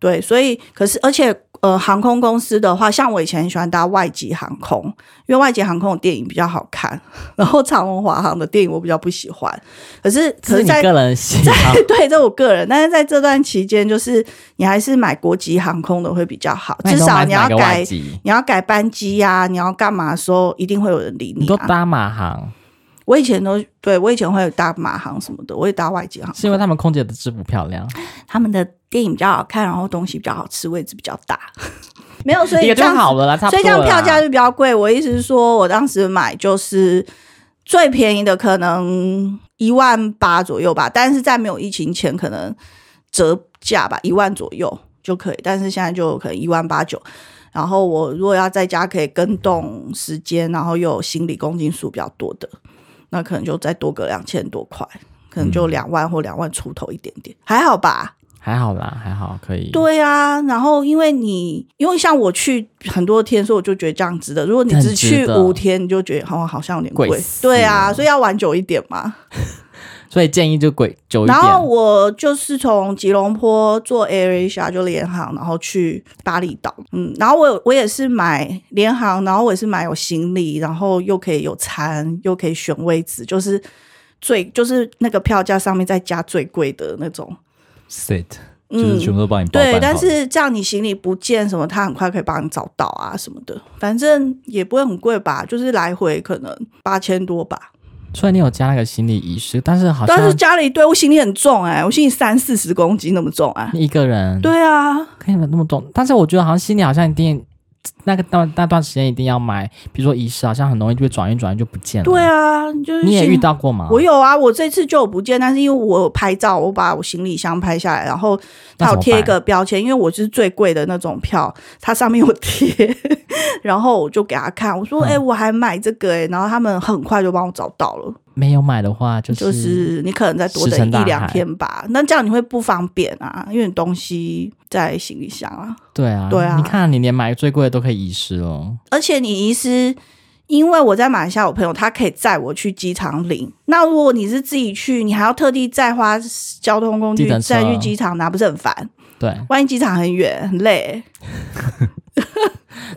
[SPEAKER 2] 对，所以可是而且呃，航空公司的话，像我以前很喜欢搭外籍航空，因为外籍航空的电影比较好看， 然后长荣华航的电影我比较不喜欢，可是可
[SPEAKER 3] 这 是
[SPEAKER 2] 是
[SPEAKER 3] 你
[SPEAKER 2] 在
[SPEAKER 3] 个人喜好。
[SPEAKER 2] 对，这我个人，但是在这段期间，就是你还是买国际航空的会比较好，
[SPEAKER 3] 那
[SPEAKER 2] 至
[SPEAKER 3] 都
[SPEAKER 2] 少
[SPEAKER 3] 买
[SPEAKER 2] 你
[SPEAKER 3] 哪
[SPEAKER 2] 要
[SPEAKER 3] 个外
[SPEAKER 2] 改
[SPEAKER 3] 籍
[SPEAKER 2] 你要改班机呀、你要干嘛的时候，一定会有人理
[SPEAKER 3] 你
[SPEAKER 2] 你、
[SPEAKER 3] 都
[SPEAKER 2] 啊。
[SPEAKER 3] 搭马航，
[SPEAKER 2] 我以前都对我以前会搭马航什么的，我也搭外籍航，
[SPEAKER 3] 是因为他们空姐的制服漂亮，
[SPEAKER 2] 他们的电影比较好看，然后东西比较好吃，位置比较大。 没有，所以
[SPEAKER 3] 也
[SPEAKER 2] 这
[SPEAKER 3] 就
[SPEAKER 2] 样
[SPEAKER 3] 好了啦，差不
[SPEAKER 2] 所
[SPEAKER 3] 多
[SPEAKER 2] 以
[SPEAKER 3] 了
[SPEAKER 2] 这
[SPEAKER 3] 啦。
[SPEAKER 2] 样票价就比较贵。我意思是说，我当时买就是最便宜的，可能一万八左右吧，但是在没有疫情前，可能折价吧，一万左右就可以。但是现在就可能一万八九。然后我如果要在家可以跟动时间，然后又有行李公斤数比较多的，那可能就再多个两千多块，可能就
[SPEAKER 3] 嗯
[SPEAKER 2] 两万或两万出头一点点，还好吧？
[SPEAKER 3] 还好啦，还好可以。
[SPEAKER 2] 对啊，然后因为你，因为像我去很多天，所以我就觉得这样值得。如果你
[SPEAKER 3] 很
[SPEAKER 2] 只去
[SPEAKER 3] 值得
[SPEAKER 2] 五天，你就觉得哦，好像有点贵
[SPEAKER 3] 贵。死
[SPEAKER 2] 对啊，
[SPEAKER 3] 了
[SPEAKER 2] 所以要玩久一点嘛。
[SPEAKER 3] 所以建议就鬼久一
[SPEAKER 2] 然后
[SPEAKER 3] 点。
[SPEAKER 2] 我就是从吉隆坡坐 AirAsia 就联航，然后去巴厘岛。嗯，然后我有我也是买联航，然后我也是买有行李，然后又可以有餐，又可以选位置，就是最就是那个票价上面再加最贵的那种。
[SPEAKER 1] set
[SPEAKER 2] 嗯
[SPEAKER 1] 就是全部都帮你包办
[SPEAKER 2] 对，
[SPEAKER 1] 好
[SPEAKER 2] 但是这样你行李不见什么，他很快可以帮你找到啊什么的，反正也不会很贵吧，就是来回可能八千多吧。
[SPEAKER 3] 所以你有加那个行李仪式，但是好像
[SPEAKER 2] 但是家里对我行李很重哎、我行李三四十公斤那么重哎、
[SPEAKER 3] 你一嗯个人
[SPEAKER 2] 对啊，
[SPEAKER 3] 可以买那么重，但是我觉得好像心里好像一定那个那那段时间一定要买，比如说仪式，好像很容易就会转运转运就不见了。
[SPEAKER 2] 对，啊，就是
[SPEAKER 3] 你也
[SPEAKER 2] 行
[SPEAKER 3] 遇到过吗？
[SPEAKER 2] 我有啊，我这次就有不见，但是因为我有拍照，我把我行李箱拍下来，然后它
[SPEAKER 3] 那怎么
[SPEAKER 2] 有
[SPEAKER 3] 办
[SPEAKER 2] 贴一个标签，因为我是最贵的那种票，它上面有贴， 然后我就给他看，我说：“哎、
[SPEAKER 3] 嗯
[SPEAKER 2] 我还买这个哎、然后他们很快就帮我找到了。
[SPEAKER 3] 没有买的话，就是
[SPEAKER 2] 就是你可能再多
[SPEAKER 3] 石
[SPEAKER 2] 等
[SPEAKER 3] 沉大
[SPEAKER 2] 一两
[SPEAKER 3] 海
[SPEAKER 2] 天吧，那这样你会不方便啊，因为你东西在行李箱啊，
[SPEAKER 3] 对啊，
[SPEAKER 2] 对啊
[SPEAKER 3] 你看你连买最贵的都可以遗失哦，
[SPEAKER 2] 而且你遗失因为我在马来西亚有朋友，他可以载我去机场领。那如果你是自己去，你还要特地再花交通工
[SPEAKER 3] 计
[SPEAKER 2] 具
[SPEAKER 3] 程车
[SPEAKER 2] 再去机场拿，不是很烦？
[SPEAKER 3] 对
[SPEAKER 2] 万一机场很远很累，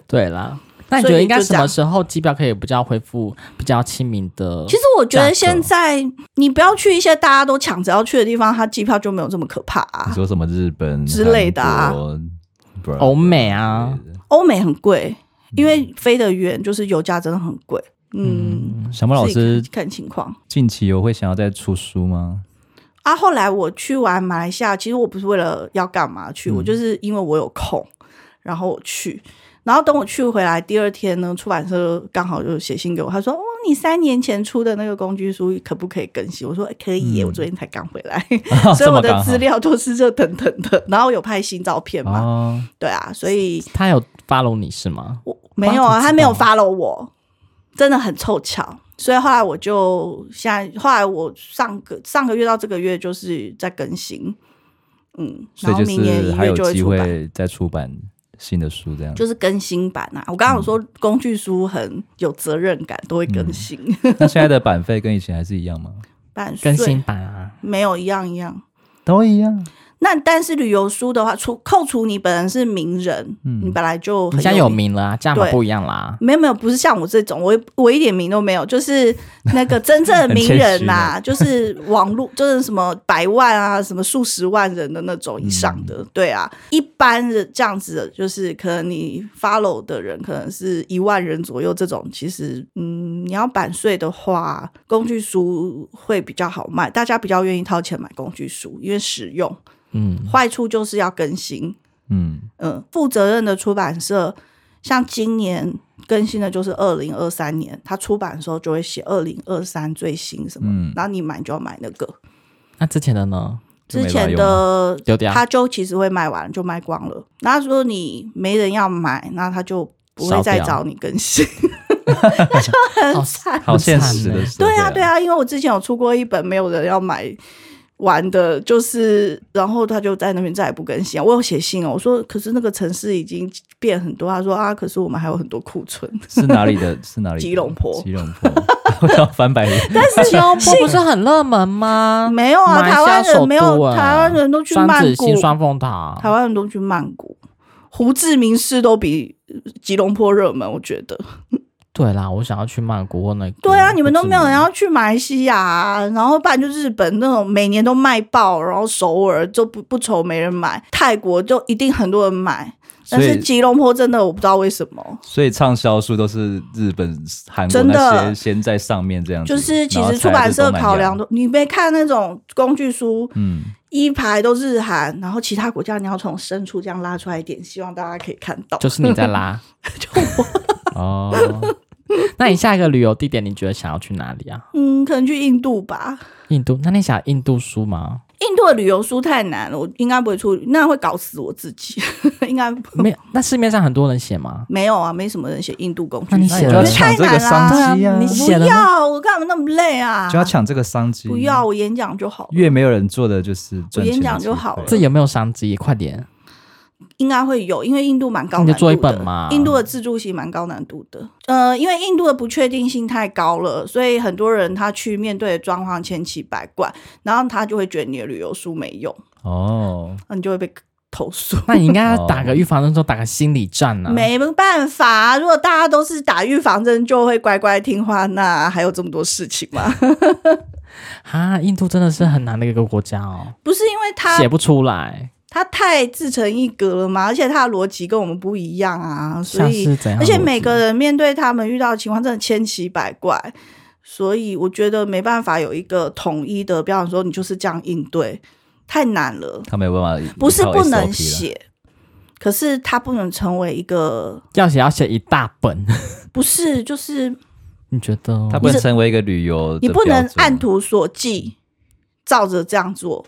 [SPEAKER 3] 对啦。那你
[SPEAKER 2] 所以
[SPEAKER 3] 觉得应该
[SPEAKER 2] 就这
[SPEAKER 3] 什么
[SPEAKER 2] 样
[SPEAKER 3] 时候机票可以比较恢复比较亲民的？
[SPEAKER 2] 其实我觉
[SPEAKER 3] 价格
[SPEAKER 2] 得现在你不要去一些大家都抢着要去的地方，它机票就没有这么可怕啊。
[SPEAKER 1] 你说什么日本
[SPEAKER 2] 之类的啊，
[SPEAKER 1] 韩国不然
[SPEAKER 3] 欧美啊
[SPEAKER 1] 之类
[SPEAKER 2] 欧美很贵，
[SPEAKER 3] 嗯
[SPEAKER 2] 因为飞得远，就是油价真的很贵。嗯，
[SPEAKER 1] 的小猫老
[SPEAKER 2] 自己
[SPEAKER 1] 师
[SPEAKER 2] 看看情况。
[SPEAKER 1] 近期有会想要再出 书吗？
[SPEAKER 2] 啊，后来我去完马来西亚，其实我不是为了要干嘛去，
[SPEAKER 1] 嗯
[SPEAKER 2] 我就是因为我有空，然后我去。然后等我去回来第二天呢，出版社刚好就写信给我，他说：“哦，你三年前出的那个工具书可不可以更新？”我说：“哎可以耶，我昨天才刚回来， 所以
[SPEAKER 1] 嗯哦这
[SPEAKER 2] 我
[SPEAKER 1] 么
[SPEAKER 2] 的
[SPEAKER 1] 刚好
[SPEAKER 2] 资料都是热腾腾的。然后有拍新照片嘛，
[SPEAKER 1] 哦，
[SPEAKER 2] 对啊，所以
[SPEAKER 3] 他有 follow 你是吗？
[SPEAKER 2] 我没有啊，
[SPEAKER 3] 知
[SPEAKER 2] 他没有
[SPEAKER 3] 道
[SPEAKER 2] follow 我，真的很凑巧。所以后来我就现在，后来我上个上个月到这个月就是在更新，嗯，
[SPEAKER 1] 所
[SPEAKER 2] 然
[SPEAKER 1] 以
[SPEAKER 2] 后
[SPEAKER 1] 就
[SPEAKER 2] 明年
[SPEAKER 1] 是
[SPEAKER 2] 一
[SPEAKER 1] 还
[SPEAKER 2] 月
[SPEAKER 1] 有
[SPEAKER 2] 就会
[SPEAKER 1] 机
[SPEAKER 2] 出版，
[SPEAKER 1] 会再出版新的书这样。
[SPEAKER 2] 就是更新版啊。我刚刚有说工具书很有责任感，都会更新、
[SPEAKER 1] 那现在的版费跟以前还是一样吗？
[SPEAKER 2] 版税
[SPEAKER 3] 更新版啊，
[SPEAKER 2] 没有一样一样。
[SPEAKER 1] 都一样。
[SPEAKER 2] 那但是旅游书的话，除扣除你本人是名人，你本来就
[SPEAKER 3] 你
[SPEAKER 2] 很
[SPEAKER 3] 现在
[SPEAKER 2] 有
[SPEAKER 3] 有名了啊，价码
[SPEAKER 2] 对
[SPEAKER 3] 不一样啦。
[SPEAKER 2] 没有没有，不是像我这种，我我一点名都没有，就是那个真正的名人呐、就是网络，就是什么百万啊，什么数十万人的那种以上的，对啊，一般的这样子的，就是可能你 follow 的人可能是一万人左右，这种其实，嗯，你要版税的话，工具书会比较好卖，大家比较愿意掏钱买工具书，因为实用，
[SPEAKER 3] 嗯，
[SPEAKER 2] 坏处就是要更新，
[SPEAKER 1] 嗯，
[SPEAKER 2] 嗯，负责任的出版社，像今年更新的就是二零二三年，它出版的时候就会写二零二三最新什么，
[SPEAKER 1] 嗯
[SPEAKER 2] 然后你买就要买那个。
[SPEAKER 3] 那之前的呢？
[SPEAKER 1] 就没
[SPEAKER 2] 之
[SPEAKER 1] 法
[SPEAKER 2] 前
[SPEAKER 1] 用
[SPEAKER 2] 的
[SPEAKER 3] 丢掉
[SPEAKER 2] 它就其实会卖完就卖光了，那如果你没人要买，那他就不会再
[SPEAKER 3] 烧掉
[SPEAKER 2] 找你更新。
[SPEAKER 3] 哦
[SPEAKER 1] 好欸现实的社会
[SPEAKER 2] 对啊，对，啊，因为我之前有出过一本没有人要买玩的，就是然后他就在那边再也不更新啊。我有写信哦，我说可是那个城市已经变很多，他说啊，可是我们还有很多库存。
[SPEAKER 1] 是哪里 的？是哪里的？
[SPEAKER 2] 吉隆坡
[SPEAKER 1] 吉隆坡， 我要翻 白眼。
[SPEAKER 3] 但是吉隆坡不是很热门吗？
[SPEAKER 2] 没有啊，
[SPEAKER 3] 马来西
[SPEAKER 2] 台
[SPEAKER 3] 亚
[SPEAKER 2] 湾人没
[SPEAKER 3] 首都
[SPEAKER 2] 有，
[SPEAKER 3] 欸
[SPEAKER 2] 台湾人都去
[SPEAKER 3] 双
[SPEAKER 2] 曼
[SPEAKER 3] 子
[SPEAKER 2] 谷
[SPEAKER 3] 星、，双凤塔，
[SPEAKER 2] 台湾人都去曼谷，胡志明市都比吉隆坡热门，我觉得。
[SPEAKER 3] 对啦，我想要去曼谷或那个
[SPEAKER 2] 对啊，你们都没有人
[SPEAKER 3] 要
[SPEAKER 2] 要去马来西亚、啊，然后不然就日本那种每年都卖爆，然后首尔就不不愁没人买，泰国就一定很多人买，
[SPEAKER 1] 所
[SPEAKER 2] 但是
[SPEAKER 1] 以，
[SPEAKER 2] 吉隆坡真的我不知道为什么。
[SPEAKER 1] 所以畅销书都是日本、韩国
[SPEAKER 2] 真的
[SPEAKER 1] 那些先在上面这样子，
[SPEAKER 2] 就是其
[SPEAKER 1] 然后
[SPEAKER 2] 实
[SPEAKER 1] 才
[SPEAKER 2] 出版社考量
[SPEAKER 1] 是东南亚，
[SPEAKER 2] 的，你没看那种工具书
[SPEAKER 1] 嗯，
[SPEAKER 2] 一排都日韩，然后其他国家你要从深处这样拉出来一点，希望大家可以看到。
[SPEAKER 3] 就是你在拉。
[SPEAKER 1] 哦，
[SPEAKER 3] 那你下一个旅游地点，你觉得想要去哪里啊？
[SPEAKER 2] 嗯，可能去印度吧。
[SPEAKER 3] 印度？那你想印度书 吗？
[SPEAKER 2] 印度的旅游书太难了，我应该不会出，那会搞死我自己。应该不
[SPEAKER 3] 没有，那市面上很多人写吗？
[SPEAKER 2] 没有啊，没什么人写印度工具
[SPEAKER 3] 那你
[SPEAKER 2] 书，
[SPEAKER 1] 嗯
[SPEAKER 3] 写
[SPEAKER 1] 就
[SPEAKER 3] 了
[SPEAKER 2] 因
[SPEAKER 1] 要
[SPEAKER 2] 为
[SPEAKER 1] 抢
[SPEAKER 2] 太
[SPEAKER 1] 这个
[SPEAKER 2] 难
[SPEAKER 1] 商
[SPEAKER 2] 啦。
[SPEAKER 1] 机啊
[SPEAKER 3] 对啊，你
[SPEAKER 2] 不
[SPEAKER 3] 写了吗
[SPEAKER 2] 要，我干嘛那么累啊？
[SPEAKER 1] 就要抢这个商机，
[SPEAKER 2] 不要，，我演讲就好了，
[SPEAKER 1] 越没有人做的就是
[SPEAKER 2] 我
[SPEAKER 1] 赚钱的
[SPEAKER 2] 演讲
[SPEAKER 1] 机
[SPEAKER 2] 就
[SPEAKER 1] 会
[SPEAKER 2] 好了
[SPEAKER 3] 这有没有商机？快点！
[SPEAKER 2] 应该会有，因为印度蛮高难度
[SPEAKER 3] 你就
[SPEAKER 2] 的。
[SPEAKER 3] 做一本嘛
[SPEAKER 2] 印度的自助型蛮高难度的，呃，因为印度的不确定性太高了，所以很多人他去面对的状况千奇百怪，然后他就会觉得你的旅游书没用，
[SPEAKER 1] 哦，
[SPEAKER 2] 那你就会被投诉。
[SPEAKER 3] 那你应该要打个预防针，说打个心理战呢、啊。
[SPEAKER 2] 没办法、如果大家都是打预防针，就会乖乖听话，那还有这么多事情 吗？
[SPEAKER 3] 啊，印度真的是很难的一个国家哦，
[SPEAKER 2] 不是因为他
[SPEAKER 3] 写不出来，
[SPEAKER 2] 他太自成一格了嘛，而且他的逻辑跟我们不一样啊，所
[SPEAKER 3] 像
[SPEAKER 2] 以
[SPEAKER 3] 是怎样
[SPEAKER 2] 而
[SPEAKER 3] 的逻辑？
[SPEAKER 2] 且每个人面对他们遇到的情况真的千奇百怪，所以我觉得没办法有一个统一的标准说你就是这样应对，太难了。
[SPEAKER 1] 他没有办法，
[SPEAKER 2] 不是不能，写，可是它不能成为一个
[SPEAKER 3] 要写要写一大本，
[SPEAKER 2] 不是就是
[SPEAKER 3] 你觉得哦？
[SPEAKER 1] 他不能成为一个旅游的
[SPEAKER 2] 你
[SPEAKER 1] 标准，
[SPEAKER 2] 不能按图索骥，照着这样做。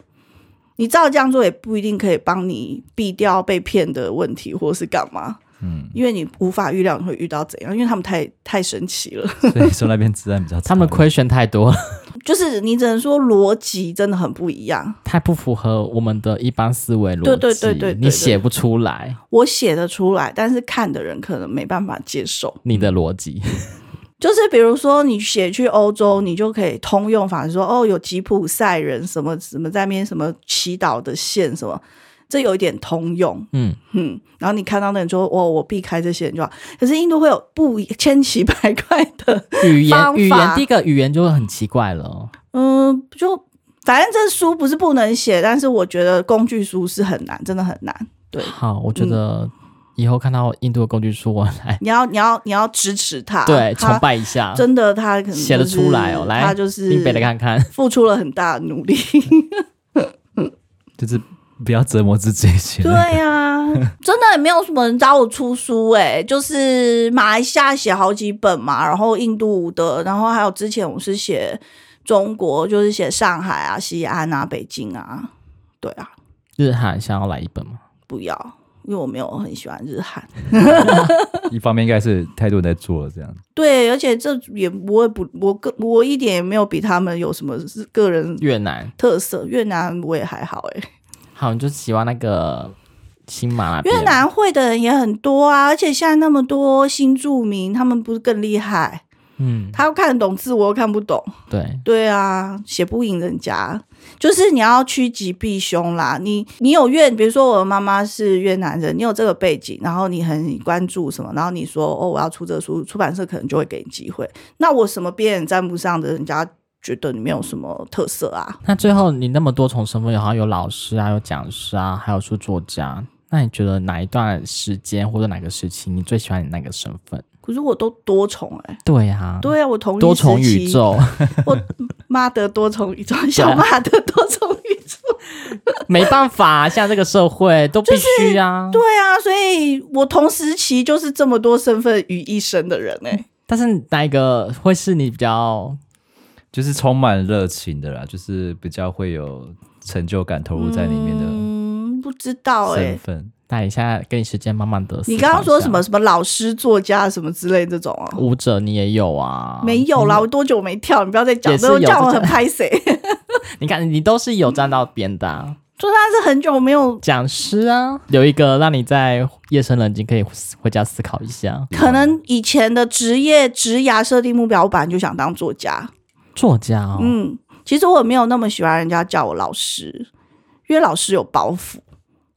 [SPEAKER 2] 你照这样做也不一定可以帮你避掉被骗的问题，或是干嘛，
[SPEAKER 1] 嗯，
[SPEAKER 2] 因为你无法预料你会遇到怎样，因为他们太太神奇了。
[SPEAKER 1] 所以说那边治安比较差，
[SPEAKER 3] 他们亏损太多了，
[SPEAKER 2] 就是你只能说逻辑真的很不一样。
[SPEAKER 3] 太不符合我们的一般思维逻辑。
[SPEAKER 2] 对对对对对对
[SPEAKER 3] 你写不出来
[SPEAKER 2] 我写得出来，但是看的人可能没办法接受。
[SPEAKER 3] 你的逻辑。
[SPEAKER 2] 就是比如说你写去欧洲，你就可以通用法说哦，有吉普赛人什么什么在那边什么祈祷的线什么，这有一点通用，
[SPEAKER 3] 嗯，
[SPEAKER 2] 嗯。然后你看到那人说哦，我避开这些人就好。可是印度会有不一千奇百怪的，
[SPEAKER 3] 嗯语言
[SPEAKER 2] 方法
[SPEAKER 3] 语言第一个语言就很奇怪了，
[SPEAKER 2] 嗯，就反正这书不是不能写，但是我觉得工具书是很难，真的很难。对
[SPEAKER 3] 好，我觉
[SPEAKER 2] 嗯
[SPEAKER 3] 得以后看到印度的工具书，我来
[SPEAKER 2] 你要你要你要支持他，
[SPEAKER 3] 对
[SPEAKER 2] 他
[SPEAKER 3] 崇拜一下，
[SPEAKER 2] 啊真的他可能
[SPEAKER 3] 写得
[SPEAKER 2] 就是
[SPEAKER 3] 出来哦来
[SPEAKER 2] 他就是
[SPEAKER 3] 你背来看看。
[SPEAKER 2] 付出了很大的努力。
[SPEAKER 1] 就是不要折磨自己先。
[SPEAKER 2] 对啊呀、真的也没有什么人找我出书哎、就是马来西亚写好几本嘛，然后印度的，然后还有之前我是写中国，就是写上海啊、西安啊、北京啊，对啊，
[SPEAKER 3] 日韩想要来一本吗？
[SPEAKER 2] 不要，因为我没有很喜欢日韩。
[SPEAKER 1] 一方面应该是太多人在做了这样。
[SPEAKER 2] 对，而且这也我也不我个我一点也没有比他们有什么个人
[SPEAKER 3] 越南，
[SPEAKER 2] 特色，越南我也还好哎、
[SPEAKER 3] 好，你就喜欢那个新马那边
[SPEAKER 2] 越南会的人也很多啊，而且现在那么多新住民，他们不是更厉害？
[SPEAKER 3] 嗯，
[SPEAKER 2] 他又看得懂字，我又看不懂。
[SPEAKER 3] 对，
[SPEAKER 2] 对啊，写不赢人家，就是你要趋吉避凶啦。你你有越，比如说我的妈妈是越南人，你有这个背景，然后你很关注什么，然后你说哦，我要出这书，出版社可能就会给你机会。那我什么边缘沾不上的，人家觉得你没有什么特色啊。
[SPEAKER 3] 那最后你那么多重身份，好像有老师啊，有讲师啊，还有书作家。那你觉得哪一段时间或者哪个时期你最喜欢你那个身份？
[SPEAKER 2] 可是我都多重哎、
[SPEAKER 3] 对啊，
[SPEAKER 2] 对啊，我同一
[SPEAKER 3] 多重
[SPEAKER 2] 时期
[SPEAKER 3] 宇宙，啊
[SPEAKER 2] 我妈的多重宇宙，小妈的多重宇宙。
[SPEAKER 3] 没办法、现在这个社会都必须啊。
[SPEAKER 2] 对啊，所以我同时期就是这么多身份于一身的人哎、
[SPEAKER 3] 但是哪一个会是你比较
[SPEAKER 1] 就是充满热情的啦，就是比较会有成就感投入在里面的
[SPEAKER 2] 嗯，不知道哎、
[SPEAKER 1] 身份。
[SPEAKER 3] 那一下给你时间慢慢的。
[SPEAKER 2] 你刚刚说什么？什么老师、作家什么之类这种哦、
[SPEAKER 3] 舞者你也有啊？
[SPEAKER 2] 没有啦，我多久没跳？你不要再讲，
[SPEAKER 3] 也是
[SPEAKER 2] 这
[SPEAKER 3] 有
[SPEAKER 2] 叫我
[SPEAKER 3] 这
[SPEAKER 2] 很拍谁？
[SPEAKER 3] 你看你都是有站到边的啊、
[SPEAKER 2] 就算是很久没有，
[SPEAKER 3] 讲师啊，留一个让你在夜深人静可以回家思考一下。
[SPEAKER 2] 可能以前的职业职涯设定目标，我本来就想当作家。
[SPEAKER 3] 作家哦，
[SPEAKER 2] 嗯，其实我没有那么喜欢人家叫我老师，因为老师有包袱，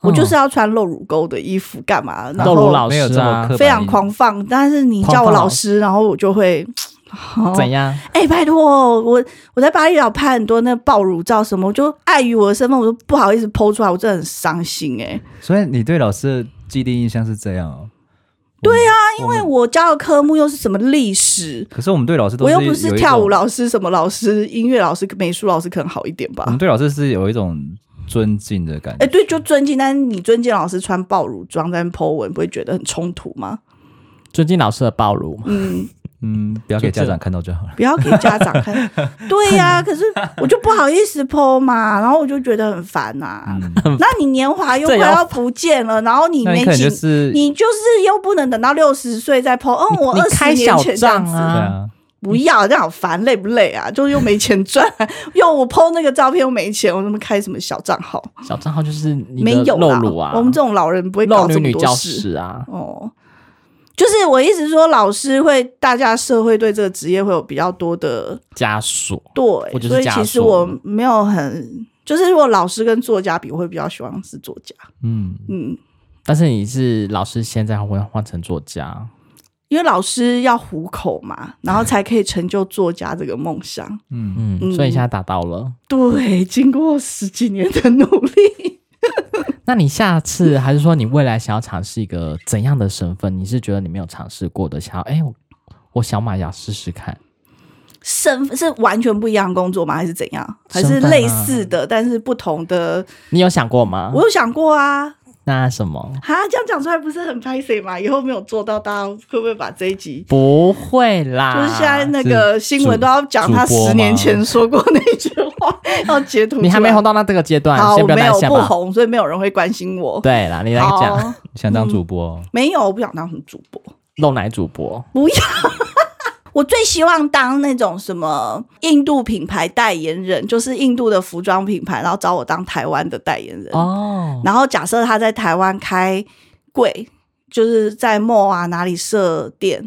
[SPEAKER 2] 我就是要穿露乳沟的衣服干嘛？然
[SPEAKER 3] 豆乳
[SPEAKER 2] 后
[SPEAKER 3] 老
[SPEAKER 1] 没有
[SPEAKER 3] 师
[SPEAKER 1] 这么
[SPEAKER 3] 啊
[SPEAKER 1] 刻，板
[SPEAKER 2] 非常
[SPEAKER 1] 印
[SPEAKER 2] 狂放，但是你叫我老师，然后我就会。 哦
[SPEAKER 3] 怎样？
[SPEAKER 2] 哎、拜托，我我在巴厘岛拍很多那爆乳照什么，我就碍于我的身份，我都不好意思剖出来，我真的很伤心哎、
[SPEAKER 1] 所以你对老师的既定印象是这样哦？对呀、啊，因
[SPEAKER 2] 因为我教的科目又是什么历史，
[SPEAKER 1] 可是我们对老师都
[SPEAKER 2] 我又
[SPEAKER 1] 有
[SPEAKER 2] 不
[SPEAKER 1] 一
[SPEAKER 2] 是
[SPEAKER 1] 种
[SPEAKER 2] 跳舞，老师、什么老师、音乐老师、美术老师，可能好一点吧
[SPEAKER 1] 我。们对老师是有一种尊敬的感觉。
[SPEAKER 2] 哎、对，就尊敬，但是你尊敬老师穿爆乳装在那边 po 文，不会觉得很冲突吗？
[SPEAKER 3] 尊敬老师的暴露嘛？
[SPEAKER 2] 嗯，
[SPEAKER 1] 嗯，不要给家长看到就好了。
[SPEAKER 2] 不要给家长 看。对呀、可是我就不好意思 po 嘛，然后我就觉得很烦呐、
[SPEAKER 1] 嗯
[SPEAKER 2] 那你年华又
[SPEAKER 3] 这
[SPEAKER 2] 快
[SPEAKER 3] 也要
[SPEAKER 2] 要不见了，然后你
[SPEAKER 1] 那
[SPEAKER 2] 没
[SPEAKER 1] 你可能
[SPEAKER 2] 几
[SPEAKER 1] 就是
[SPEAKER 2] 你就是又不能等到六十岁再剖，嗯，我
[SPEAKER 3] 你
[SPEAKER 2] 二
[SPEAKER 3] 开
[SPEAKER 2] 十年
[SPEAKER 3] 小
[SPEAKER 2] 前这
[SPEAKER 3] 账
[SPEAKER 2] 样子，
[SPEAKER 1] 对
[SPEAKER 3] 啊
[SPEAKER 1] 啊，
[SPEAKER 2] 不要这样好烦，累不累啊？就又没钱赚，啊 又我剖那个照片又没钱，我他妈开什么小账号？
[SPEAKER 3] 小账号就是你
[SPEAKER 2] 没
[SPEAKER 3] 的
[SPEAKER 2] 有
[SPEAKER 3] 露
[SPEAKER 2] 啦
[SPEAKER 3] 乳啊，
[SPEAKER 2] 我们这种老人不会
[SPEAKER 3] 露
[SPEAKER 2] 搞
[SPEAKER 3] 女
[SPEAKER 2] 这么
[SPEAKER 3] 女
[SPEAKER 2] 多
[SPEAKER 3] 教
[SPEAKER 2] 事
[SPEAKER 3] 师啊，
[SPEAKER 2] 哦。就是我一直说，老师会大家社会对这个职业会有比较多的
[SPEAKER 3] 家属
[SPEAKER 2] 对
[SPEAKER 3] 我就，是
[SPEAKER 2] 所以
[SPEAKER 3] 假
[SPEAKER 2] 其实
[SPEAKER 3] 说
[SPEAKER 2] 我没有很，就是如果老师跟作家比，我会比较喜欢是作家，
[SPEAKER 1] 嗯，
[SPEAKER 2] 嗯，
[SPEAKER 3] 但是你是老师，现在会换成作家，
[SPEAKER 2] 因为老师要糊口嘛，然后才可以成就作家这个梦想。
[SPEAKER 3] 嗯，
[SPEAKER 2] 嗯
[SPEAKER 3] 所以你现在达到了。
[SPEAKER 2] 对，经过十几年的努力，
[SPEAKER 3] 那你下次还是说你未来想要尝试一个怎样的身份？你是觉得你没有尝试过的，想要哎、我我小马要试试看，
[SPEAKER 2] 身 是完全不一样的工作吗？还是怎样？还是
[SPEAKER 3] 身份啊
[SPEAKER 2] 类似的，但是不同的？
[SPEAKER 3] 你有想过吗？
[SPEAKER 2] 我有想过啊，
[SPEAKER 3] 那什么？
[SPEAKER 2] 哈，这样讲出来不是很拍谁嘛？以后没有做到，大家会不会把这一集？
[SPEAKER 3] 不会啦，
[SPEAKER 2] 就是现在那个新闻都要讲他
[SPEAKER 1] 主播吗
[SPEAKER 2] 十年前说过那句话， 要截图出来。
[SPEAKER 3] 你还没红到那这个阶段，
[SPEAKER 2] 啊好，
[SPEAKER 3] 先
[SPEAKER 2] 我
[SPEAKER 3] 不要
[SPEAKER 2] 没
[SPEAKER 3] 担
[SPEAKER 2] 有
[SPEAKER 3] 心
[SPEAKER 2] 不
[SPEAKER 3] 吧。
[SPEAKER 2] 红，所以没有人会关心我。
[SPEAKER 3] 对啦，你来讲
[SPEAKER 2] 好，
[SPEAKER 1] 想当主播哦，
[SPEAKER 2] 没有，我不想当什么主播。
[SPEAKER 3] 露奶主播，
[SPEAKER 2] 不要。我最希望当那种什么印度品牌代言人，就是印度的服装品牌，然后找我当台湾的代言人。
[SPEAKER 3] 哦，
[SPEAKER 2] 然后假设他在台湾开柜，就是在 mall 啊哪里设店，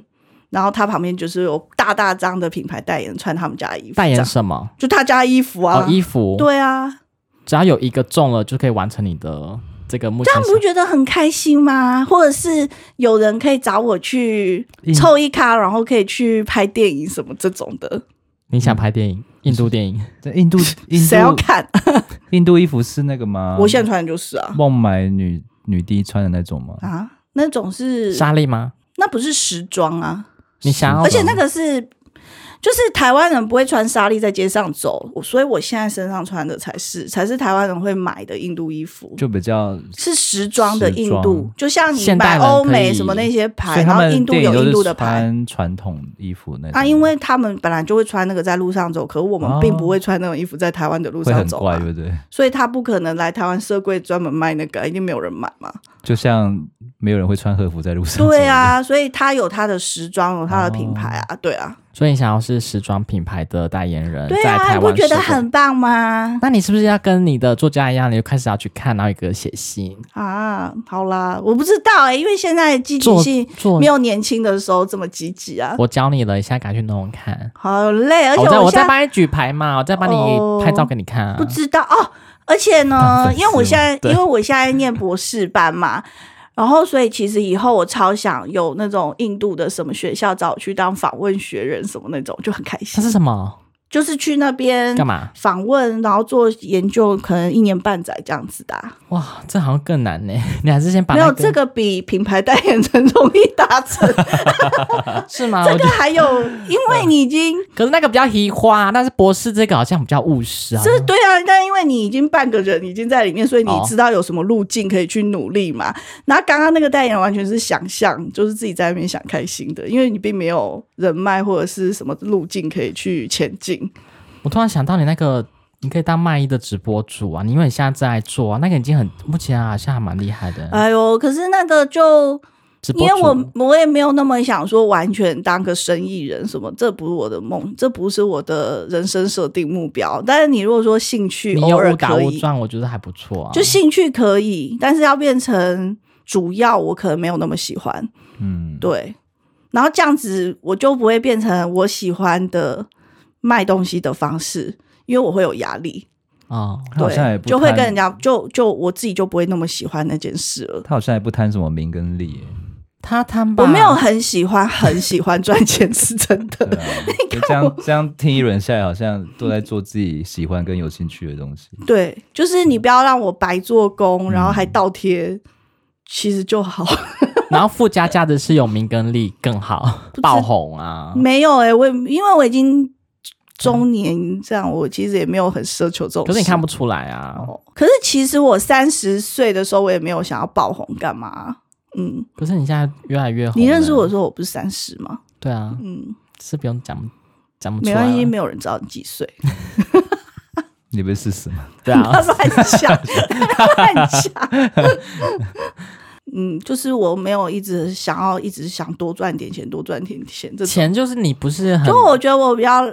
[SPEAKER 2] 然后他旁边就是有大大张的品牌代言，穿他们家的衣服，
[SPEAKER 3] 代
[SPEAKER 2] 这
[SPEAKER 3] 言
[SPEAKER 2] 样
[SPEAKER 3] 什么？
[SPEAKER 2] 就他家的衣服啊，
[SPEAKER 3] 哦，衣服。，
[SPEAKER 2] 对啊，
[SPEAKER 3] 只要有一个中了，就可以完成你的这个目
[SPEAKER 2] 这
[SPEAKER 3] 前
[SPEAKER 2] 样
[SPEAKER 3] 想。
[SPEAKER 2] 不觉得很开心吗？或者是有人可以找我去
[SPEAKER 1] 嗯
[SPEAKER 2] 凑一咖，然后可以去拍电影什么这种的，
[SPEAKER 3] 你想拍电影，印度电影，
[SPEAKER 1] 这印度印
[SPEAKER 2] 谁要
[SPEAKER 1] 度
[SPEAKER 2] 看？
[SPEAKER 3] 啊
[SPEAKER 1] 印度衣服是那个吗？
[SPEAKER 2] 我现在穿的就是啊
[SPEAKER 1] 孟买女女帝穿的那种吗？
[SPEAKER 2] 啊，那种是
[SPEAKER 3] 莎莉吗？
[SPEAKER 2] 那不是时装啊，
[SPEAKER 3] 你想
[SPEAKER 1] 哦
[SPEAKER 3] 要
[SPEAKER 2] 而且那个是，就是台湾人不会穿纱丽在街上走，我所以我现在身上穿的才是才是台湾人会买的印度衣服，
[SPEAKER 1] 就比较，
[SPEAKER 2] 是时装的印
[SPEAKER 1] 时
[SPEAKER 2] 度
[SPEAKER 1] 装，
[SPEAKER 2] 就像你
[SPEAKER 3] 现
[SPEAKER 2] 买
[SPEAKER 3] 代人
[SPEAKER 2] 欧
[SPEAKER 3] 可
[SPEAKER 2] 美
[SPEAKER 3] 以
[SPEAKER 2] 什么那些
[SPEAKER 1] 所
[SPEAKER 2] 牌，
[SPEAKER 1] 以
[SPEAKER 2] 然
[SPEAKER 1] 他
[SPEAKER 2] 后
[SPEAKER 1] 们
[SPEAKER 2] 印度
[SPEAKER 1] 电影
[SPEAKER 2] 有
[SPEAKER 1] 都
[SPEAKER 2] 印度
[SPEAKER 1] 是
[SPEAKER 2] 的牌。
[SPEAKER 1] 穿传统衣服那种，
[SPEAKER 2] 啊，因为他们本来就会穿那个在路上走，可我们并不会穿那种衣服在台湾的路
[SPEAKER 1] 哦会
[SPEAKER 2] 上
[SPEAKER 1] 很
[SPEAKER 2] 走、
[SPEAKER 1] 怪，
[SPEAKER 2] 啊，
[SPEAKER 1] 对不对？
[SPEAKER 2] 所以他不可能来台湾社柜专门卖那个，一定没有人买 嘛。
[SPEAKER 1] 就像没有人会穿和服在路上。
[SPEAKER 2] 对，啊，所以他有他的时装，有他的品牌啊，对啊，
[SPEAKER 3] 所以你想要是时装品牌的代言人，
[SPEAKER 2] 对
[SPEAKER 3] 在
[SPEAKER 2] 啊，
[SPEAKER 3] 台
[SPEAKER 2] 你不
[SPEAKER 3] 湾
[SPEAKER 2] 觉得
[SPEAKER 3] 试过
[SPEAKER 2] 很棒吗？
[SPEAKER 3] 那你是不是要跟你的作家一样，你就开始要去看，然后一个写信？
[SPEAKER 2] 啊，好啦，我不知道哎、因为现在积极
[SPEAKER 3] 做
[SPEAKER 2] 性
[SPEAKER 3] 做
[SPEAKER 2] 没，有年轻的时候这么积极啊，
[SPEAKER 3] 我教你了，你现在赶快去弄弄看。
[SPEAKER 2] 好累，而且
[SPEAKER 3] 我再
[SPEAKER 2] 现
[SPEAKER 3] 我再
[SPEAKER 2] 在
[SPEAKER 3] 帮你举牌嘛，我再帮
[SPEAKER 2] 哦
[SPEAKER 3] 你拍照给你看、啊。
[SPEAKER 2] 不知道哦，而且
[SPEAKER 1] 当
[SPEAKER 2] 呢
[SPEAKER 1] 粉，丝
[SPEAKER 2] 因为我现在
[SPEAKER 1] 对
[SPEAKER 2] 因为我现在念博士班嘛。然后，所以其实以后我超想有那种印度的什么学校找我去当访问学人什么那种，就很开
[SPEAKER 3] 它
[SPEAKER 2] 心。
[SPEAKER 3] 是什么？
[SPEAKER 2] 就是去那边
[SPEAKER 3] 干嘛？
[SPEAKER 2] 访问，然后做研究，可能一年半载这样子的、啊。
[SPEAKER 3] 哇，这好像更难呢。 你还是先把
[SPEAKER 2] 没
[SPEAKER 3] 那
[SPEAKER 2] 有这个比品牌代言人容易达 成，
[SPEAKER 3] 是吗？我
[SPEAKER 2] 这
[SPEAKER 3] 觉
[SPEAKER 2] 个
[SPEAKER 3] 得，
[SPEAKER 2] 还有，因为你已经
[SPEAKER 3] 可是那个比较移花，但是博士这个好像比较务实啊。
[SPEAKER 2] 这对啊，但因为你已经半个人已经在里面，所以你
[SPEAKER 3] 哦
[SPEAKER 2] 知道有什么路径可以去努力嘛。然后刚刚那个代言人完全是想象，就是自己在那边想开心的，因为你并没有人脉或者是什么路径可以去前进。
[SPEAKER 3] 我突然想到你那个。你可以当卖艺的直播主啊，因为你现在正在做啊，那个已经很目前啊，现在还蛮厉害的。
[SPEAKER 2] 哎呦，可是那个就
[SPEAKER 3] 直播
[SPEAKER 2] 因为
[SPEAKER 3] 主，
[SPEAKER 2] 我我也没有那么想说完全当个生意人什么，这不是我的梦，这不是我的人生设定目标。但是你如果说兴趣
[SPEAKER 3] 你
[SPEAKER 2] 偶
[SPEAKER 3] 又
[SPEAKER 2] 尔
[SPEAKER 3] 误打
[SPEAKER 2] 可
[SPEAKER 3] 误
[SPEAKER 2] 以，
[SPEAKER 3] 撞，我觉得还不错啊。
[SPEAKER 2] 就兴趣可以，但是要变成主要，我可能没有那么喜欢。
[SPEAKER 1] 嗯，
[SPEAKER 2] 对，然后这样子我就不会变成我喜欢的卖东西的方式，因为我会有压力，
[SPEAKER 3] 哦，
[SPEAKER 1] 他好像也
[SPEAKER 2] 对，
[SPEAKER 1] 不
[SPEAKER 2] 就会
[SPEAKER 1] 贪
[SPEAKER 2] 跟人家就就我自己就不会那么喜欢那件事了。
[SPEAKER 1] 他好像也不贪什么名跟利耶，
[SPEAKER 3] 他摊吧，
[SPEAKER 2] 我没有很喜欢，很喜欢赚钱 是真
[SPEAKER 1] 对
[SPEAKER 2] 的，
[SPEAKER 1] 啊， 就这样这样听一轮下来，好像都在做自己喜欢跟有兴趣的东西。
[SPEAKER 2] 对，就是你不要让我白做
[SPEAKER 3] 嗯
[SPEAKER 2] 工，然后还倒贴，其实就好。
[SPEAKER 3] 啊然后附加价值是有名跟利更好，爆红啊！
[SPEAKER 2] 没有哎、我也因为我已经中年这样，我其实也没有很奢求这种事。
[SPEAKER 3] 可是你看不出来啊。
[SPEAKER 2] 哦，可是其实我三十岁的时候，我也没有想要爆红干嘛。嗯，
[SPEAKER 3] 可是你现在越来越红，啊
[SPEAKER 2] 你认识我？的时候，我不是三十吗？
[SPEAKER 3] 对啊，
[SPEAKER 2] 嗯，
[SPEAKER 3] 是不用讲讲不出
[SPEAKER 2] 没
[SPEAKER 3] 来啊
[SPEAKER 2] 关系，
[SPEAKER 3] 了。
[SPEAKER 2] 没有人知道你几岁。
[SPEAKER 1] 你不是四十吗？
[SPEAKER 3] 对啊，
[SPEAKER 2] 乱讲，乱讲。 嗯，就是我没有一直想要一直想多赚点钱，多赚点钱这种。
[SPEAKER 3] 钱就是你不是很
[SPEAKER 2] 就我觉得我比较，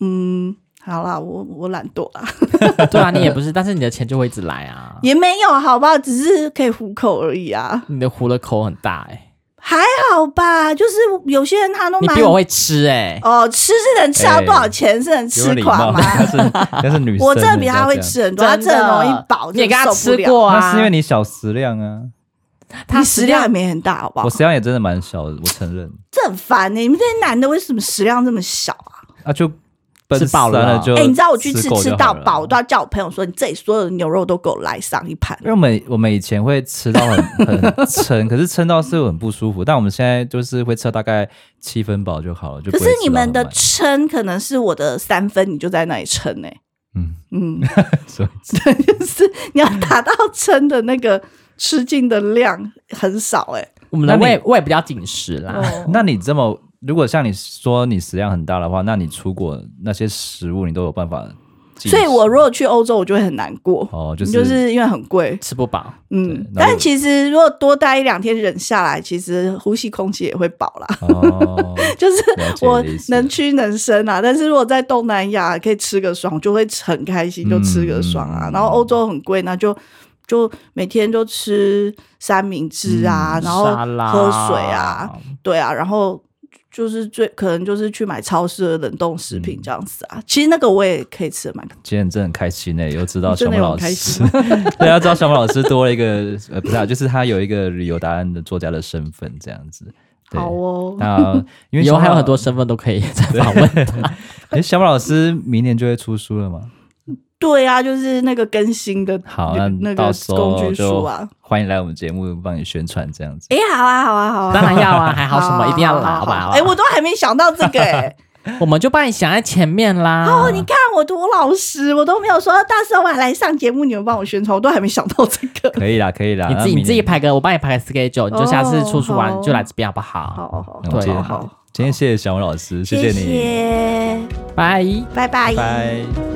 [SPEAKER 2] 嗯，好啦，我我懒惰啦，
[SPEAKER 3] 对啊，你也不是，但是你的钱就会一直来啊。
[SPEAKER 2] 也没有好不好，只是可以糊口而已啊，
[SPEAKER 3] 你的糊的口很大哎，
[SPEAKER 2] 还好吧。就是有些人他都
[SPEAKER 3] 你
[SPEAKER 2] 蛮
[SPEAKER 3] 比我会吃哎。
[SPEAKER 2] 哦，吃是能吃到多少钱？是能
[SPEAKER 1] 有
[SPEAKER 2] 吃
[SPEAKER 1] 礼
[SPEAKER 2] 垮
[SPEAKER 1] 貌，
[SPEAKER 2] 吗？
[SPEAKER 1] 但是但是女生，
[SPEAKER 2] 我真的比
[SPEAKER 1] 人家
[SPEAKER 2] 他会
[SPEAKER 1] 这样。
[SPEAKER 2] 吃很多，他真的容易饱，
[SPEAKER 3] 你也跟他
[SPEAKER 2] 真的受
[SPEAKER 3] 吃
[SPEAKER 2] 不了。
[SPEAKER 3] 过
[SPEAKER 1] 那
[SPEAKER 3] 啊？
[SPEAKER 1] 是因为你小食量啊，
[SPEAKER 2] 他
[SPEAKER 3] 他
[SPEAKER 2] 食
[SPEAKER 3] 食
[SPEAKER 2] 量
[SPEAKER 3] 量
[SPEAKER 2] 也没很大，好不好
[SPEAKER 1] 我？食量也真的蛮小的，我承认
[SPEAKER 2] 这很烦呢、欸你们这些男的为什么食量这么小啊？
[SPEAKER 1] 啊，就奔
[SPEAKER 3] 吃饱了
[SPEAKER 1] 三了就。
[SPEAKER 2] 哎、你知道我去吃
[SPEAKER 1] 够
[SPEAKER 2] 吃
[SPEAKER 1] 就
[SPEAKER 2] 到
[SPEAKER 1] 好了
[SPEAKER 2] 饱，我都要叫我朋友说，你这里所有的牛肉都给我来上一盘。
[SPEAKER 1] 因为我们我们以前会吃到很很撑， 可是撑到是很不舒服。但我们现在就是会吃到大概七分饱就好了，就不
[SPEAKER 2] 可
[SPEAKER 1] 会
[SPEAKER 2] 是你们
[SPEAKER 1] 吃到
[SPEAKER 2] 的
[SPEAKER 1] 很满
[SPEAKER 2] 撑可能是我的三分，你就在那里撑呢、
[SPEAKER 1] 嗯，
[SPEAKER 2] 嗯，
[SPEAKER 1] 所以
[SPEAKER 2] 就是你要达到撑的那个吃进的量很少 哎、
[SPEAKER 3] 我们的
[SPEAKER 1] 那你
[SPEAKER 3] 胃胃比较紧实啦。
[SPEAKER 2] 哦，
[SPEAKER 1] 那你这么，如果像你说你食量很大的话，那你出国那些食物你都有办法进食。
[SPEAKER 2] 所以我如果去欧洲，我就会很难过，
[SPEAKER 1] 哦，
[SPEAKER 2] 就、
[SPEAKER 1] 就是是
[SPEAKER 2] 因为很贵。
[SPEAKER 3] 吃不饱，
[SPEAKER 2] 嗯
[SPEAKER 1] 对，然后
[SPEAKER 2] 但其实如果多待一两天忍下来，其实呼吸空气也会饱啦。
[SPEAKER 1] 哦，
[SPEAKER 2] 就是
[SPEAKER 1] 了解
[SPEAKER 2] 我
[SPEAKER 1] 你的意思
[SPEAKER 2] 能屈能伸啊，但是如果在东南亚可以吃个爽，就会很开心，就吃个爽啊。
[SPEAKER 1] 嗯
[SPEAKER 2] 然后欧洲很贵，那就就每天就吃三明治啊，
[SPEAKER 3] 嗯
[SPEAKER 2] 然后
[SPEAKER 3] 沙拉
[SPEAKER 2] 喝水啊，，对啊，然后就是最可能就是去买超市的冷冻食
[SPEAKER 3] 嗯
[SPEAKER 2] 品这样子啊。其实那个我也可以吃的蛮多，
[SPEAKER 1] 今天真的很开心呢、又知道小
[SPEAKER 2] 真的
[SPEAKER 1] 马
[SPEAKER 2] 有
[SPEAKER 1] 老
[SPEAKER 2] 很开
[SPEAKER 1] 师
[SPEAKER 2] 心，
[SPEAKER 1] 对，要知道小马老师多了一个呃，不是、啊，就是他有一个旅游答案的作家的身份这样子。对
[SPEAKER 2] 好哦，
[SPEAKER 1] 那因为
[SPEAKER 3] 以后还有很多
[SPEAKER 1] 小
[SPEAKER 3] 身份都可以再访问 他。
[SPEAKER 1] 马，哎，小马老师明年就会出书了吗？
[SPEAKER 2] 对啊，就是那个更新的
[SPEAKER 1] 好，
[SPEAKER 2] 那
[SPEAKER 1] 那
[SPEAKER 2] 个
[SPEAKER 1] 到时
[SPEAKER 2] 工
[SPEAKER 1] 候
[SPEAKER 2] 具
[SPEAKER 1] 就
[SPEAKER 2] 书啊。
[SPEAKER 1] 欢迎来我们节目帮你宣传这样子。
[SPEAKER 2] 哎、好啊，好啊，好啊，
[SPEAKER 3] 当然要啊，还好什么
[SPEAKER 2] 啊
[SPEAKER 3] 一定要来，
[SPEAKER 2] 啊
[SPEAKER 3] 好吧？
[SPEAKER 2] 啊
[SPEAKER 3] 好吧
[SPEAKER 2] 哎、我都还没想到这个哎、
[SPEAKER 3] 我们就帮你想在前面啦。
[SPEAKER 2] 哦，你看我多老实，我都没有说大师我要来上节目，你们帮我宣传，我都还没想到这个。
[SPEAKER 1] 可以啦，可以啦，
[SPEAKER 3] 你自
[SPEAKER 1] 那
[SPEAKER 3] 己你
[SPEAKER 1] 明
[SPEAKER 3] 自己
[SPEAKER 1] 年
[SPEAKER 3] 排个，我帮你排个 schedule，你就下次出去
[SPEAKER 2] 哦好
[SPEAKER 3] 玩就来这边好不好？
[SPEAKER 2] 好好哦好，
[SPEAKER 1] 那我
[SPEAKER 3] 对
[SPEAKER 1] 今天
[SPEAKER 3] 啊
[SPEAKER 2] 好，
[SPEAKER 1] 今天谢谢小马老师，谢
[SPEAKER 2] 谢
[SPEAKER 1] 你，
[SPEAKER 2] 谢
[SPEAKER 3] 拜。
[SPEAKER 2] 拜拜
[SPEAKER 1] 拜。